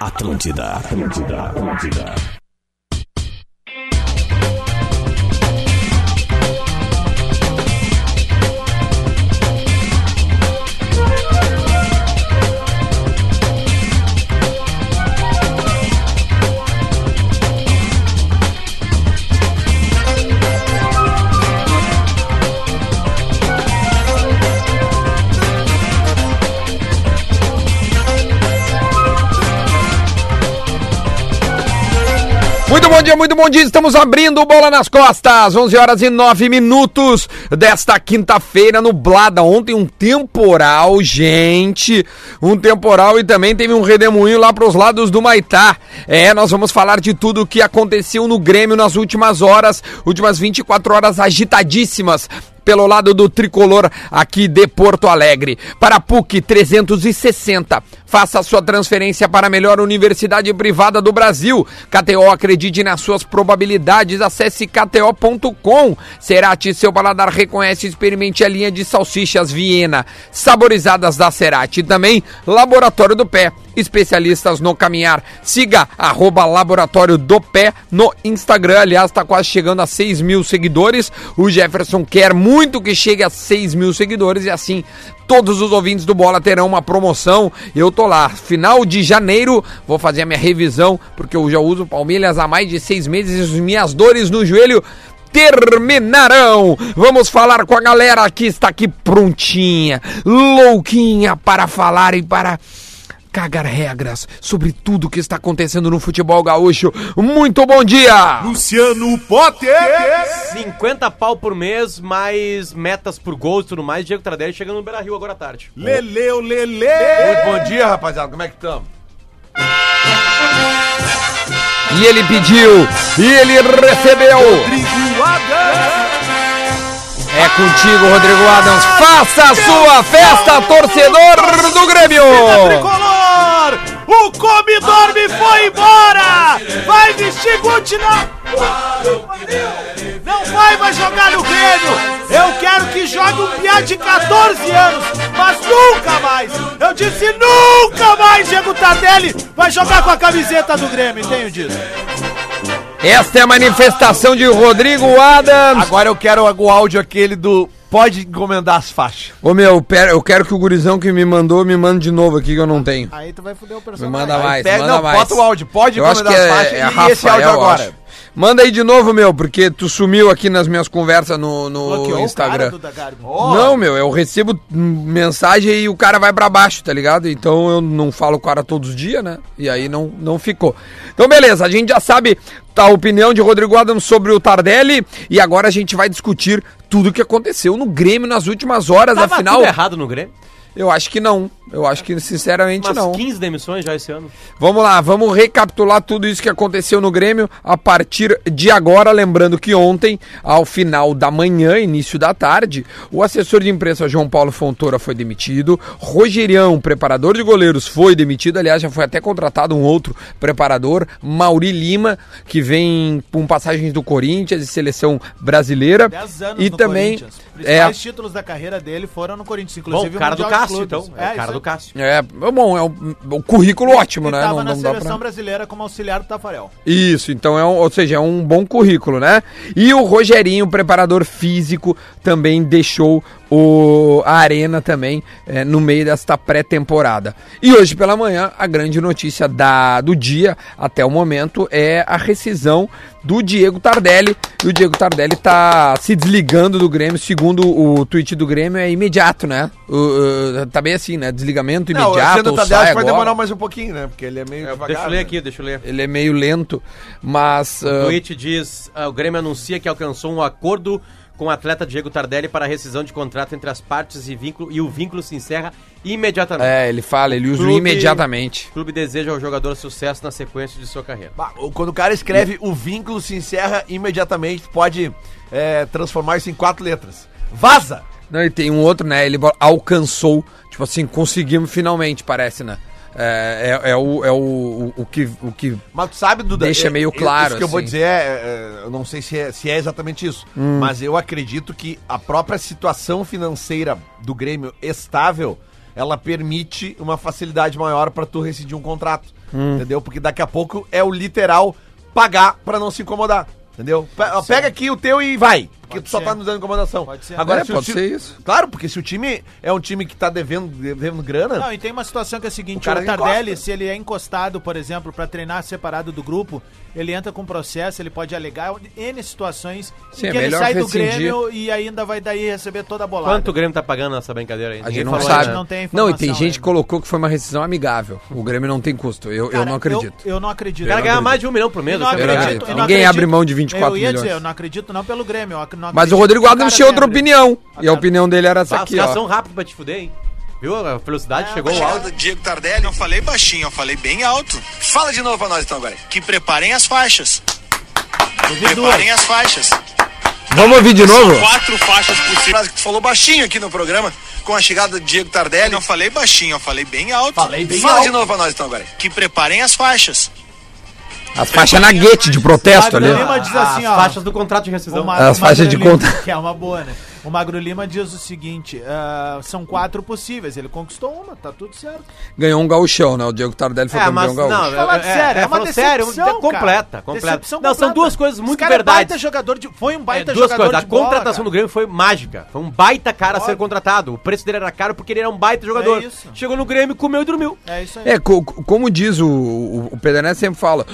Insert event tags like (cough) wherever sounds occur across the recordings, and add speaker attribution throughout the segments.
Speaker 1: Atlântida, Atlântida, Atlântida.
Speaker 2: Muito bom dia, muito bom dia. Estamos abrindo o Bola nas Costas. 11 horas e 9 minutos desta quinta-feira nublada. Ontem um temporal, gente. Um temporal e também teve um redemoinho lá para os lados do Maitá. É, nós vamos falar de tudo o que aconteceu no Grêmio nas últimas horas, últimas 24 horas agitadíssimas pelo lado do tricolor aqui de Porto Alegre. Para a PUC 360, faça sua transferência para a melhor universidade privada do Brasil. KTO, acredite nas suas probabilidades, acesse kto.com. Cerati, seu paladar reconhece e experimente a linha de salsichas Viena, saborizadas da Cerati. Também Laboratório do Pé, especialistas no caminhar. Siga arroba Laboratório do Pé no Instagram. Aliás, está quase chegando a 6 mil seguidores. O Jefferson quer muito que chegue a 6 mil seguidores e assim todos os ouvintes do Bola terão uma promoção. Eu tô lá, final de janeiro, vou fazer a minha revisão, porque eu já uso palmilhas há mais de seis meses e as minhas dores no joelho terminarão. Vamos falar com a galera que está aqui prontinha, louquinha para falar e para cagar regras sobre tudo que está acontecendo no futebol gaúcho. Muito bom dia!
Speaker 3: Luciano Potter!
Speaker 4: 50 pau por mês, mais metas por gols e tudo mais. Diego Tradelli chegando no Beira Rio agora à tarde.
Speaker 3: Leleu, Lele!
Speaker 5: Muito bom dia, rapaziada. Como é que estamos?
Speaker 2: E ele pediu, e ele recebeu. É contigo, Rodrigo Adams. Faça a sua festa, torcedor do Grêmio!
Speaker 3: Tricolor! O Come Dorme foi embora! Vai vestir Gutinão! Não vai mais jogar no Grêmio! Eu quero que jogue um piá de 14 anos, mas nunca mais! Eu disse nunca mais, Diego Tardelli! Vai jogar com a camiseta do Grêmio, tenho dito.
Speaker 2: Esta é a manifestação de Rodrigo Adams.
Speaker 5: Agora eu quero o áudio aquele do. Pode encomendar as faixas.
Speaker 2: Ô meu, pera, eu quero que o gurizão que me mandou me mande de novo aqui que eu não tenho.
Speaker 3: Aí tu vai foder o
Speaker 2: Me
Speaker 3: personagem.
Speaker 2: manda mais,
Speaker 5: Pega,
Speaker 2: manda
Speaker 5: não,
Speaker 2: mais.
Speaker 5: bota o áudio. Pode
Speaker 2: Eu acho que
Speaker 5: encomendar
Speaker 2: é,
Speaker 5: as faixas
Speaker 2: é
Speaker 5: e
Speaker 2: Rafael,
Speaker 5: esse áudio agora.
Speaker 2: agora. Manda aí de novo, meu, porque tu sumiu aqui nas minhas conversas no, no Instagram. Não, meu, eu recebo hum, mensagem e o cara vai pra baixo, tá ligado? Então eu não falo com o cara todos os dias, né? E aí não, não ficou. Então beleza, a gente já sabe a opinião de Rodrigo Adams sobre o Tardelli e agora a gente vai discutir tudo o que aconteceu no Grêmio nas últimas horas,
Speaker 4: Tava
Speaker 2: afinal,
Speaker 4: tudo errado no Grêmio.
Speaker 2: eu acho que não. Eu acho que sinceramente
Speaker 4: Umas
Speaker 2: não.
Speaker 4: 15 demissões já esse ano.
Speaker 2: Vamos lá, vamos recapitular tudo isso que aconteceu no Grêmio a partir de agora. Lembrando que ontem, ao final da manhã, início da tarde, o assessor de imprensa João Paulo Fontoura foi demitido, Rogerião, preparador de goleiros, foi demitido. Aliás, já foi até contratado um outro preparador, Mauri Lima, que vem com passagens do Corinthians e seleção brasileira.
Speaker 3: 10 anos
Speaker 2: e
Speaker 3: no
Speaker 2: também.
Speaker 3: Corinthians. Os
Speaker 2: É,
Speaker 3: principais títulos da carreira dele foram no Corinthians,
Speaker 4: Bom,
Speaker 3: inclusive
Speaker 4: o cara do
Speaker 3: Mundial de
Speaker 4: Cássio, então.
Speaker 3: Clubes.
Speaker 4: É o
Speaker 3: isso
Speaker 4: cara
Speaker 3: aí.
Speaker 4: do Cássio.
Speaker 2: é, bom, é um, um currículo ótimo,
Speaker 3: Ele
Speaker 2: né?
Speaker 3: tava
Speaker 2: Não,
Speaker 3: na
Speaker 2: não dá
Speaker 3: seleção
Speaker 2: pra...
Speaker 3: brasileira como auxiliar do Tafarel.
Speaker 2: Isso, então é um, ou seja, é um bom currículo, né? E o Rogerinho, preparador físico, também deixou o, a arena também eh, no meio desta pré-temporada. E hoje pela manhã, a grande notícia da, do dia até o momento é a rescisão do Diego Tardelli. E o Diego Tardelli tá se desligando do Grêmio, segundo o tweet do Grêmio, é imediato, né? O- o- tá bem assim, né? Desligamento
Speaker 5: Não,
Speaker 2: imediato.
Speaker 5: sendo
Speaker 2: ou
Speaker 5: o Tadeu,
Speaker 2: sai
Speaker 5: acho que vai
Speaker 2: agora.
Speaker 5: demorar mais um pouquinho, né? Porque ele é meio devagar.
Speaker 4: Deixa eu ler
Speaker 5: né?
Speaker 4: aqui, deixa eu ler.
Speaker 2: Ele é meio lento, mas.
Speaker 4: O
Speaker 2: ah,
Speaker 4: tweet diz: ah, o Grêmio anuncia que alcançou um acordo com o atleta Diego Tardelli para a rescisão de contrato entre as partes e, vínculo, e o vínculo se encerra imediatamente.
Speaker 2: É, ele fala, ele usa o
Speaker 4: Clube-
Speaker 2: imediatamente.
Speaker 4: O clube deseja ao jogador sucesso na sequência de sua carreira.
Speaker 5: Bah, Quando o cara escreve o vínculo se encerra imediatamente, tu pode é, transformar isso em quatro letras. Vaza!
Speaker 2: Não, e tem um outro, né? Ele bo- alcançou, tipo assim, conseguimos finalmente, parece, né? É, é, é o, é o, o, o que, o que.
Speaker 5: Mas tu sabe, Duda?
Speaker 2: Deixa
Speaker 5: é-
Speaker 2: meio
Speaker 5: é-
Speaker 2: claro,
Speaker 5: Isso que eu vou
Speaker 2: assim. Hum.
Speaker 5: dizer é. é, Eu não sei se é, se é exatamente isso. Mas eu acredito que a própria situação financeira do Grêmio estável ela permite uma facilidade maior pra tu rescindir um contrato.
Speaker 2: Hum.
Speaker 5: Entendeu? Porque daqui a pouco é o literal pagar pra não se incomodar. Entendeu? Pe- Pega aqui o teu e vai. Porque tu só
Speaker 3: ser.
Speaker 5: tá nos dando incomodação.
Speaker 3: Pode ser.
Speaker 5: Agora,
Speaker 2: É,
Speaker 5: se o
Speaker 2: pode
Speaker 5: time-
Speaker 2: ser isso.
Speaker 5: Claro, porque se o time é um time que tá devendo, devendo grana.
Speaker 3: Não, e tem uma situação que é a seguinte, o,
Speaker 5: O cara
Speaker 3: Tardelli,
Speaker 5: encosta.
Speaker 3: se ele é encostado, por exemplo, pra treinar separado do grupo, ele entra com processo, ele pode alegar N situações em
Speaker 2: Sim, é
Speaker 3: que ele
Speaker 2: melhor
Speaker 3: sai do
Speaker 2: rescindir.
Speaker 3: Grêmio e ainda vai daí receber toda a bolada.
Speaker 4: Quanto o Grêmio tá pagando nessa brincadeira aí?
Speaker 2: A
Speaker 4: Ninguém
Speaker 2: gente não
Speaker 4: falou
Speaker 2: sabe.
Speaker 4: ainda.
Speaker 3: não tem
Speaker 2: não, e tem
Speaker 3: informação
Speaker 2: gente
Speaker 3: ainda.
Speaker 2: que colocou que foi uma rescisão amigável. O Grêmio não tem custo. Eu, eu
Speaker 3: Cara,
Speaker 2: não acredito.
Speaker 3: Eu, eu não acredito.
Speaker 4: O cara
Speaker 2: Eu
Speaker 4: ganha
Speaker 2: acredito.
Speaker 4: mais de um milhão por mês.
Speaker 3: Eu não
Speaker 4: essa
Speaker 2: não
Speaker 4: brincadeira.
Speaker 3: acredito,
Speaker 2: acredito.
Speaker 3: eu não
Speaker 2: Ninguém
Speaker 3: acredito.
Speaker 2: abre mão de 24
Speaker 3: Eu ia
Speaker 2: milhões.
Speaker 3: dizer, eu não acredito não pelo Grêmio. eu ac- não
Speaker 2: Mas
Speaker 3: acredito
Speaker 2: o Rodrigo
Speaker 3: que
Speaker 2: Adams
Speaker 3: cara né?
Speaker 2: tinha outra
Speaker 3: lembre.
Speaker 2: opinião. E a
Speaker 3: Cara,
Speaker 2: opinião dele era essa
Speaker 4: Ah, Os
Speaker 2: aqui,
Speaker 4: caras
Speaker 2: ó.
Speaker 4: são rápidos pra te fuder, hein? Viu? A velocidade
Speaker 3: É,
Speaker 4: chegou
Speaker 6: A
Speaker 4: ao
Speaker 6: chegada
Speaker 4: alto.
Speaker 6: do Diego Tardelli. Não falei baixinho, eu falei bem alto. Fala de novo pra nós então agora. Que preparem as faixas. Preparem as faixas.
Speaker 2: Vamos ouvir de novo?
Speaker 6: Quatro faixas possíveis. Frase que tu falou baixinho aqui no programa, com a chegada do Diego Tardelli. Não falei baixinho, eu falei bem alto. Falei bem Fala de novo pra nós então agora. Que preparem as faixas.
Speaker 2: As faixas na guete de protesto ali.
Speaker 3: Magro Lima diz assim, ó.
Speaker 4: As faixas do contrato de rescisão.
Speaker 3: O Ma-
Speaker 2: As
Speaker 3: o
Speaker 2: faixas de
Speaker 3: Magro Lima,
Speaker 2: conta.
Speaker 3: Que é uma boa, né? O Magro Lima diz o seguinte: ah, são quatro possíveis. Ele conquistou uma, tá tudo certo.
Speaker 2: Ganhou um gauchão, né? O Diego Tardelli foi
Speaker 4: É,
Speaker 2: campeão
Speaker 4: mas
Speaker 2: gaúcho.
Speaker 4: não,
Speaker 3: Deixa eu falar de sério, é, uma
Speaker 4: falando
Speaker 3: decepção,
Speaker 4: sério,
Speaker 3: cara.
Speaker 4: completa, completa.
Speaker 3: Decepção
Speaker 4: Não, são
Speaker 3: completa.
Speaker 4: duas coisas
Speaker 3: Esse
Speaker 4: muito
Speaker 3: cara é
Speaker 4: verdades.
Speaker 3: baita jogador de, foi um
Speaker 4: É,
Speaker 3: baita
Speaker 4: duas
Speaker 3: jogador
Speaker 4: coisas. A
Speaker 3: de bola,
Speaker 4: contratação
Speaker 3: cara.
Speaker 4: do Grêmio foi mágica. Foi um baita cara a ser
Speaker 3: Óbvio.
Speaker 4: contratado. O preço dele era caro porque ele era um baita jogador.
Speaker 3: É isso.
Speaker 4: Chegou no Grêmio, comeu e dormiu.
Speaker 3: É isso aí.
Speaker 2: É, co- co- como diz o, o, o Pedernés sempre fala.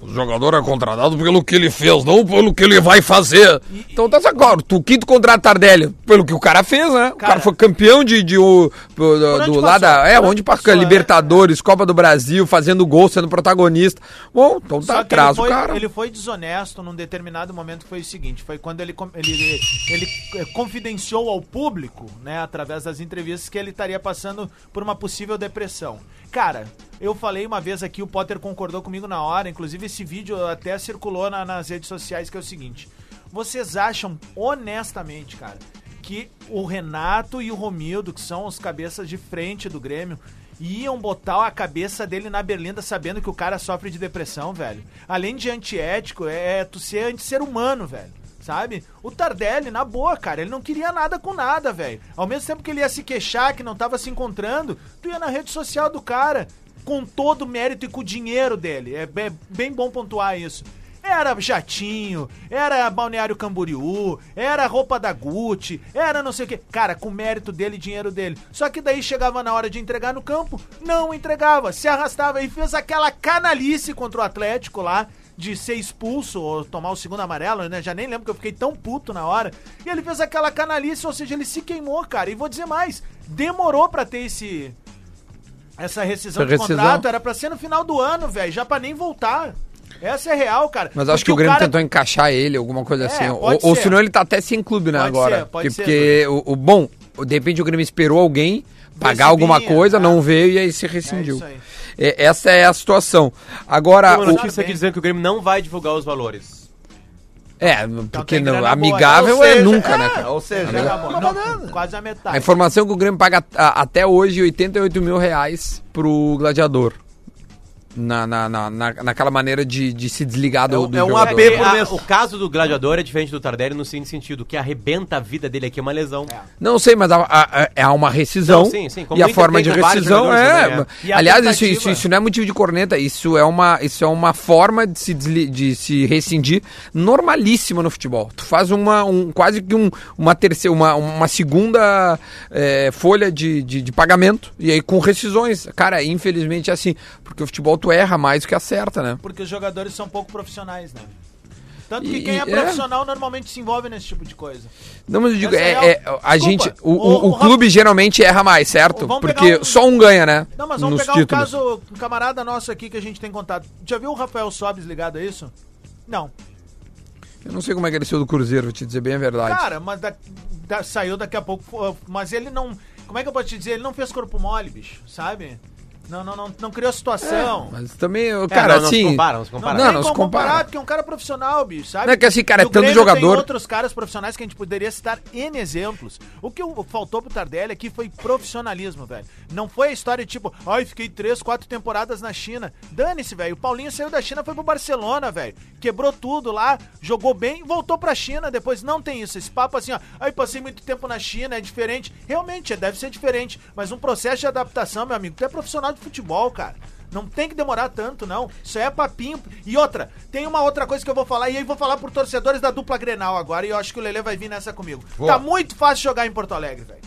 Speaker 2: O jogador é contratado pelo que ele fez, não pelo que ele vai fazer. então tá agora, tu quinto contrato Tardelli, pelo que o cara fez, né? o cara foi campeão de, de o, do,
Speaker 3: onde
Speaker 2: do
Speaker 3: passou,
Speaker 2: lá da. É,
Speaker 3: por
Speaker 2: onde
Speaker 3: onde
Speaker 2: passou,
Speaker 3: passou, é.
Speaker 2: Libertadores, Copa do Brasil, fazendo gol, sendo protagonista. Bom, então tá
Speaker 3: Só que ele
Speaker 2: atrás o
Speaker 3: foi,
Speaker 2: cara.
Speaker 3: ele foi desonesto num determinado momento que foi o seguinte, foi quando ele, com- ele, ele, eh, confidenciou ao público, né, através das entrevistas, que ele estaria passando por uma possível depressão. Cara, eu falei uma vez aqui, o Potter concordou comigo na hora, inclusive esse vídeo até circulou na- nas redes sociais, que é o seguinte, vocês acham, honestamente, cara, que o Renato e o Romildo, que são os cabeças de frente do Grêmio, iam botar a cabeça dele na berlinda sabendo que o cara sofre de depressão, velho. Além de antiético, é, é tu ser anti-ser humano, velho. Sabe? O Tardelli, na boa, cara, ele não queria nada com nada, velho. Ao mesmo tempo que ele ia se queixar, que não tava se encontrando, tu ia na rede social do cara, com todo o mérito e com o dinheiro dele. É bem- bem bom pontuar isso. Era jatinho, era balneário Camboriú, era roupa da Gucci, era não sei o que. Cara, com mérito dele e dinheiro dele. Só que daí chegava na hora de entregar no campo, não entregava, se arrastava e fez aquela canalice contra o Atlético lá. De ser expulso ou tomar o segundo amarelo, né? Já nem lembro que eu fiquei tão puto na hora. E ele fez aquela canalice, ou seja, ele se queimou, cara. E vou dizer mais: demorou pra ter esse. Essa rescisão
Speaker 2: Essa
Speaker 3: de
Speaker 2: rescisão.
Speaker 3: contrato. Era pra ser no final do ano, velho. Já pra nem voltar. Essa é real, cara.
Speaker 2: Mas acho
Speaker 3: Porque
Speaker 2: que o Grêmio
Speaker 3: cara-
Speaker 2: tentou encaixar ele, alguma coisa
Speaker 3: É,
Speaker 2: assim. Ou,
Speaker 3: pode
Speaker 2: ou
Speaker 3: ser.
Speaker 2: senão ele tá até sem clube, né,
Speaker 3: Pode
Speaker 2: agora.
Speaker 3: ser, pode
Speaker 2: porque
Speaker 3: ser,
Speaker 2: porque o, o- bom, de repente o Grêmio esperou alguém pagar alguma
Speaker 3: Recebinha,
Speaker 2: coisa,
Speaker 3: é.
Speaker 2: não veio e aí se rescindiu.
Speaker 3: isso aí.
Speaker 2: É, essa é a situação. Agora,
Speaker 5: Ah,
Speaker 4: Tem uma
Speaker 2: o-
Speaker 4: notícia
Speaker 3: bem.
Speaker 4: aqui dizendo que o Grêmio não vai divulgar os valores.
Speaker 2: é, porque
Speaker 3: tem
Speaker 2: não,
Speaker 3: grana
Speaker 2: amigável
Speaker 5: boa, né?
Speaker 2: é
Speaker 5: Ou seja,
Speaker 2: nunca, né, cara?
Speaker 5: Ou seja,
Speaker 3: Já
Speaker 5: né?
Speaker 3: acabou. Não, quase a
Speaker 2: A
Speaker 3: metade.
Speaker 2: informação é que o Grêmio paga a- até hoje 88 mil reais pro gladiador. Na, na, na, na- naquela maneira de, de se desligar do,
Speaker 5: É um-
Speaker 2: do
Speaker 5: é um
Speaker 2: jogador.
Speaker 5: apelo. Bem por
Speaker 4: A-
Speaker 5: mês.
Speaker 4: o caso do gladiador é diferente do Tardelli no seguinte sentido, que arrebenta a vida dele aqui é uma lesão.
Speaker 2: Não sei, mas há, há- é, há uma rescisão.
Speaker 4: Não, sim, sim, como
Speaker 2: e a
Speaker 4: o Inter
Speaker 2: forma
Speaker 4: tem
Speaker 2: de
Speaker 4: com vários
Speaker 2: rescisão
Speaker 4: jogadores também,
Speaker 2: é.
Speaker 4: é.
Speaker 3: E a
Speaker 2: Aliás, isso,
Speaker 3: tentativa-
Speaker 2: isso, isso não é motivo de corneta. Isso é uma, isso é uma forma de se, desli- de se rescindir normalíssima no futebol. Tu faz uma, um, quase que um, uma terceira, uma, uma segunda eh, folha de, de, de pagamento. E aí com rescisões. Cara, infelizmente é assim. Porque o futebol tu erra mais do que acerta, né?
Speaker 3: Porque os jogadores são pouco profissionais, né? Tanto
Speaker 2: E-
Speaker 3: que quem
Speaker 2: e-
Speaker 3: é
Speaker 2: é.
Speaker 3: profissional normalmente se envolve nesse tipo de coisa.
Speaker 2: Não, mas eu digo,
Speaker 3: Mas
Speaker 2: é,
Speaker 3: é real.
Speaker 2: é- a
Speaker 3: Desculpa,
Speaker 2: gente. O,
Speaker 3: o-
Speaker 2: o, o
Speaker 3: o Rafa-
Speaker 2: clube geralmente erra mais, certo?
Speaker 3: Vamos pegar
Speaker 2: Porque
Speaker 3: um-
Speaker 2: só um ganha, né?
Speaker 3: Não, mas vamos
Speaker 2: Nos
Speaker 3: pegar
Speaker 2: títulos.
Speaker 3: um caso, um camarada nosso aqui que a gente tem contato. Já viu o Rafael Sobes ligado a isso? Não.
Speaker 2: Eu não sei como é que ele saiu do Cruzeiro, vou te dizer bem a verdade.
Speaker 3: Cara, mas da- da- saiu daqui a pouco. pô, Mas ele não. Como é que eu posso te dizer? Ele não fez corpo mole, bicho, sabe? Não, não, não, não criou situação.
Speaker 2: Mas também, eu- cara,
Speaker 4: É, não, não se
Speaker 2: assim.
Speaker 4: compara, não se
Speaker 3: Não,
Speaker 4: compara.
Speaker 2: Não,
Speaker 3: tem
Speaker 2: não se
Speaker 3: como
Speaker 2: compara.
Speaker 3: comparar, porque é um cara profissional, bicho, sabe?
Speaker 2: Não, é que assim, cara,
Speaker 3: E
Speaker 2: é
Speaker 3: o
Speaker 2: tanto
Speaker 3: Grêmio
Speaker 2: jogador-
Speaker 3: Tem outros caras profissionais que a gente poderia citar N exemplos. O que o- faltou pro Tardelli aqui foi profissionalismo, velho. Não foi a história de tipo, ai, fiquei três, quatro temporadas na China. Dane-se, velho. O Paulinho saiu da China, foi pro Barcelona, velho. Quebrou tudo lá, jogou bem, voltou pra China. Depois não tem isso. Esse papo assim, ó, ai, passei muito tempo na China, é diferente. Realmente, é, deve ser diferente. Mas um processo de adaptação, meu amigo, tu é profissional de futebol, cara. Não tem que demorar tanto, não. Isso é papinho. E outra, tem uma outra coisa que eu vou falar, e aí vou falar por torcedores da dupla Grenal agora, e eu acho que o Lelê vai vir nessa comigo. Tá muito fácil jogar em Porto Alegre, velho.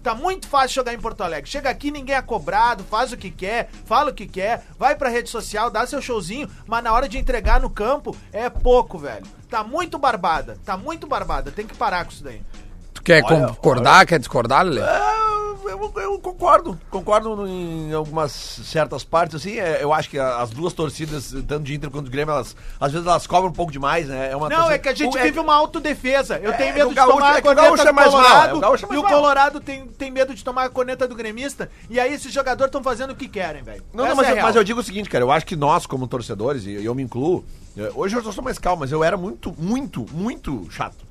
Speaker 3: Tá muito fácil jogar em Porto Alegre. Chega aqui, ninguém é cobrado, faz o que quer, fala o que quer, vai pra rede social, dá seu showzinho, mas na hora de entregar no campo é pouco, velho. Tá muito barbada, tá muito barbada. Tem que parar com isso daí.
Speaker 2: Tu quer concordar, quer discordar, Lelê?
Speaker 5: É, Eu, eu concordo, concordo no- em algumas certas partes, assim, é, eu acho que a- as duas torcidas, tanto de Inter quanto do Grêmio, elas, às vezes elas cobram um pouco demais, né? É uma
Speaker 3: Não,
Speaker 5: torcida-
Speaker 3: é que a gente
Speaker 5: o- é-
Speaker 3: vive uma autodefesa. Eu tenho
Speaker 5: é
Speaker 3: medo
Speaker 5: que o
Speaker 3: de
Speaker 5: gaúcho-
Speaker 3: tomar
Speaker 5: é
Speaker 3: a
Speaker 5: que o
Speaker 3: coneta
Speaker 5: gaúcho
Speaker 3: do
Speaker 5: é mais mal, é,
Speaker 3: Colorado.
Speaker 5: o gaúcho é mais
Speaker 3: e o
Speaker 5: mal.
Speaker 3: Colorado tem, tem medo de tomar a coneta do gremista. E aí esses jogadores estão fazendo o que querem, velho. é
Speaker 5: Não, não, mas, eu, mas eu digo o seguinte, cara, eu acho que nós, como torcedores, e eu me incluo, eh, hoje eu já sou mais calmo, mas eu era muito, muito, muito chato.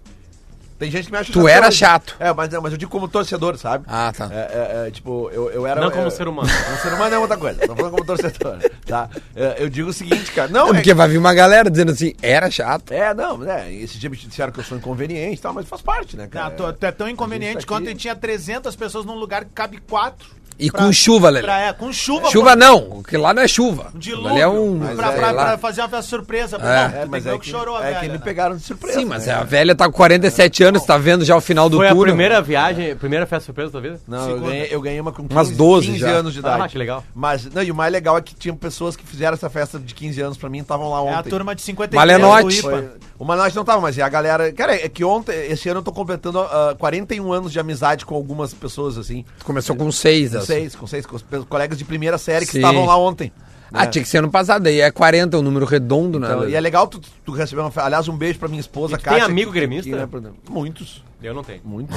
Speaker 5: Tem gente que me acha
Speaker 2: Tu era
Speaker 5: hoje.
Speaker 2: chato.
Speaker 5: É, mas, mas eu digo como torcedor, sabe?
Speaker 2: Ah, tá.
Speaker 5: É, é, é, tipo, eu, eu era.
Speaker 4: Não como
Speaker 5: eu-
Speaker 4: ser
Speaker 5: (laughs)
Speaker 4: humano.
Speaker 5: Como ser humano é outra coisa. Tô falando como torcedor. (laughs) Tá? É, Eu digo o seguinte, cara. Não,
Speaker 2: Não,
Speaker 5: é,
Speaker 2: porque vai vir uma galera dizendo assim, era chato.
Speaker 5: é, não, né? Esse dia me disseram que eu sou inconveniente e tal, mas faz parte, né, cara?
Speaker 3: Não, tu, tu é tão
Speaker 5: A
Speaker 3: inconveniente
Speaker 5: gente tá
Speaker 3: quanto
Speaker 5: aqui.
Speaker 3: a gente tinha 300 pessoas num lugar que cabe quatro.
Speaker 2: E com chuva, Lelê.
Speaker 3: Pra, é, com chuva.
Speaker 2: Chuva
Speaker 3: pô.
Speaker 2: não, porque lá não é chuva.
Speaker 3: Um
Speaker 2: Lá
Speaker 3: dilúvio.
Speaker 2: é um.
Speaker 3: pra,
Speaker 2: sei
Speaker 3: pra-
Speaker 2: lá.
Speaker 3: pra fazer uma festa surpresa. pô.
Speaker 2: É.
Speaker 3: Não,
Speaker 5: É,
Speaker 3: tu
Speaker 5: mas
Speaker 3: tem
Speaker 5: é
Speaker 3: que
Speaker 5: que,
Speaker 3: chorou a
Speaker 5: é
Speaker 3: velha,
Speaker 5: que me
Speaker 3: né?
Speaker 5: pegaram de surpresa.
Speaker 2: Sim, mas
Speaker 5: né?
Speaker 2: a velha tá com 47 anos, tá vendo já o final do
Speaker 4: Foi a
Speaker 2: túnel.
Speaker 4: primeira viagem, a primeira festa surpresa da tua vida?
Speaker 5: Não, eu ganhei, eu ganhei uma com
Speaker 2: Umas 12 já.
Speaker 5: anos de idade.
Speaker 4: Ah, que legal.
Speaker 5: Mas, não, e o mais legal é que tinham pessoas que fizeram essa festa de 15 anos pra mim e estavam lá ontem.
Speaker 3: É a turma de 53
Speaker 2: Malenotti.
Speaker 3: do
Speaker 5: Foi-
Speaker 3: IPA.
Speaker 5: O Manaus não tava, mas a galera. Cara, é que ontem, esse ano eu tô completando ah, 41 anos de amizade com algumas pessoas, assim.
Speaker 2: Começou com seis.
Speaker 5: Com
Speaker 2: assim.
Speaker 4: né?
Speaker 5: seis, com seis, com os pe- colegas de primeira série que
Speaker 2: Sim.
Speaker 5: estavam lá ontem. né?
Speaker 2: Ah, tinha que ser ano passado, aí é 40, um número redondo, né?
Speaker 5: Então,
Speaker 2: Lelê?
Speaker 5: e é legal tu, tu receber uma. fe- Aliás, um beijo pra minha esposa,
Speaker 4: E tu tem amigo gremista?
Speaker 5: né, Bruno? muitos,
Speaker 4: Eu não tenho.
Speaker 2: (laughs)
Speaker 5: muitos.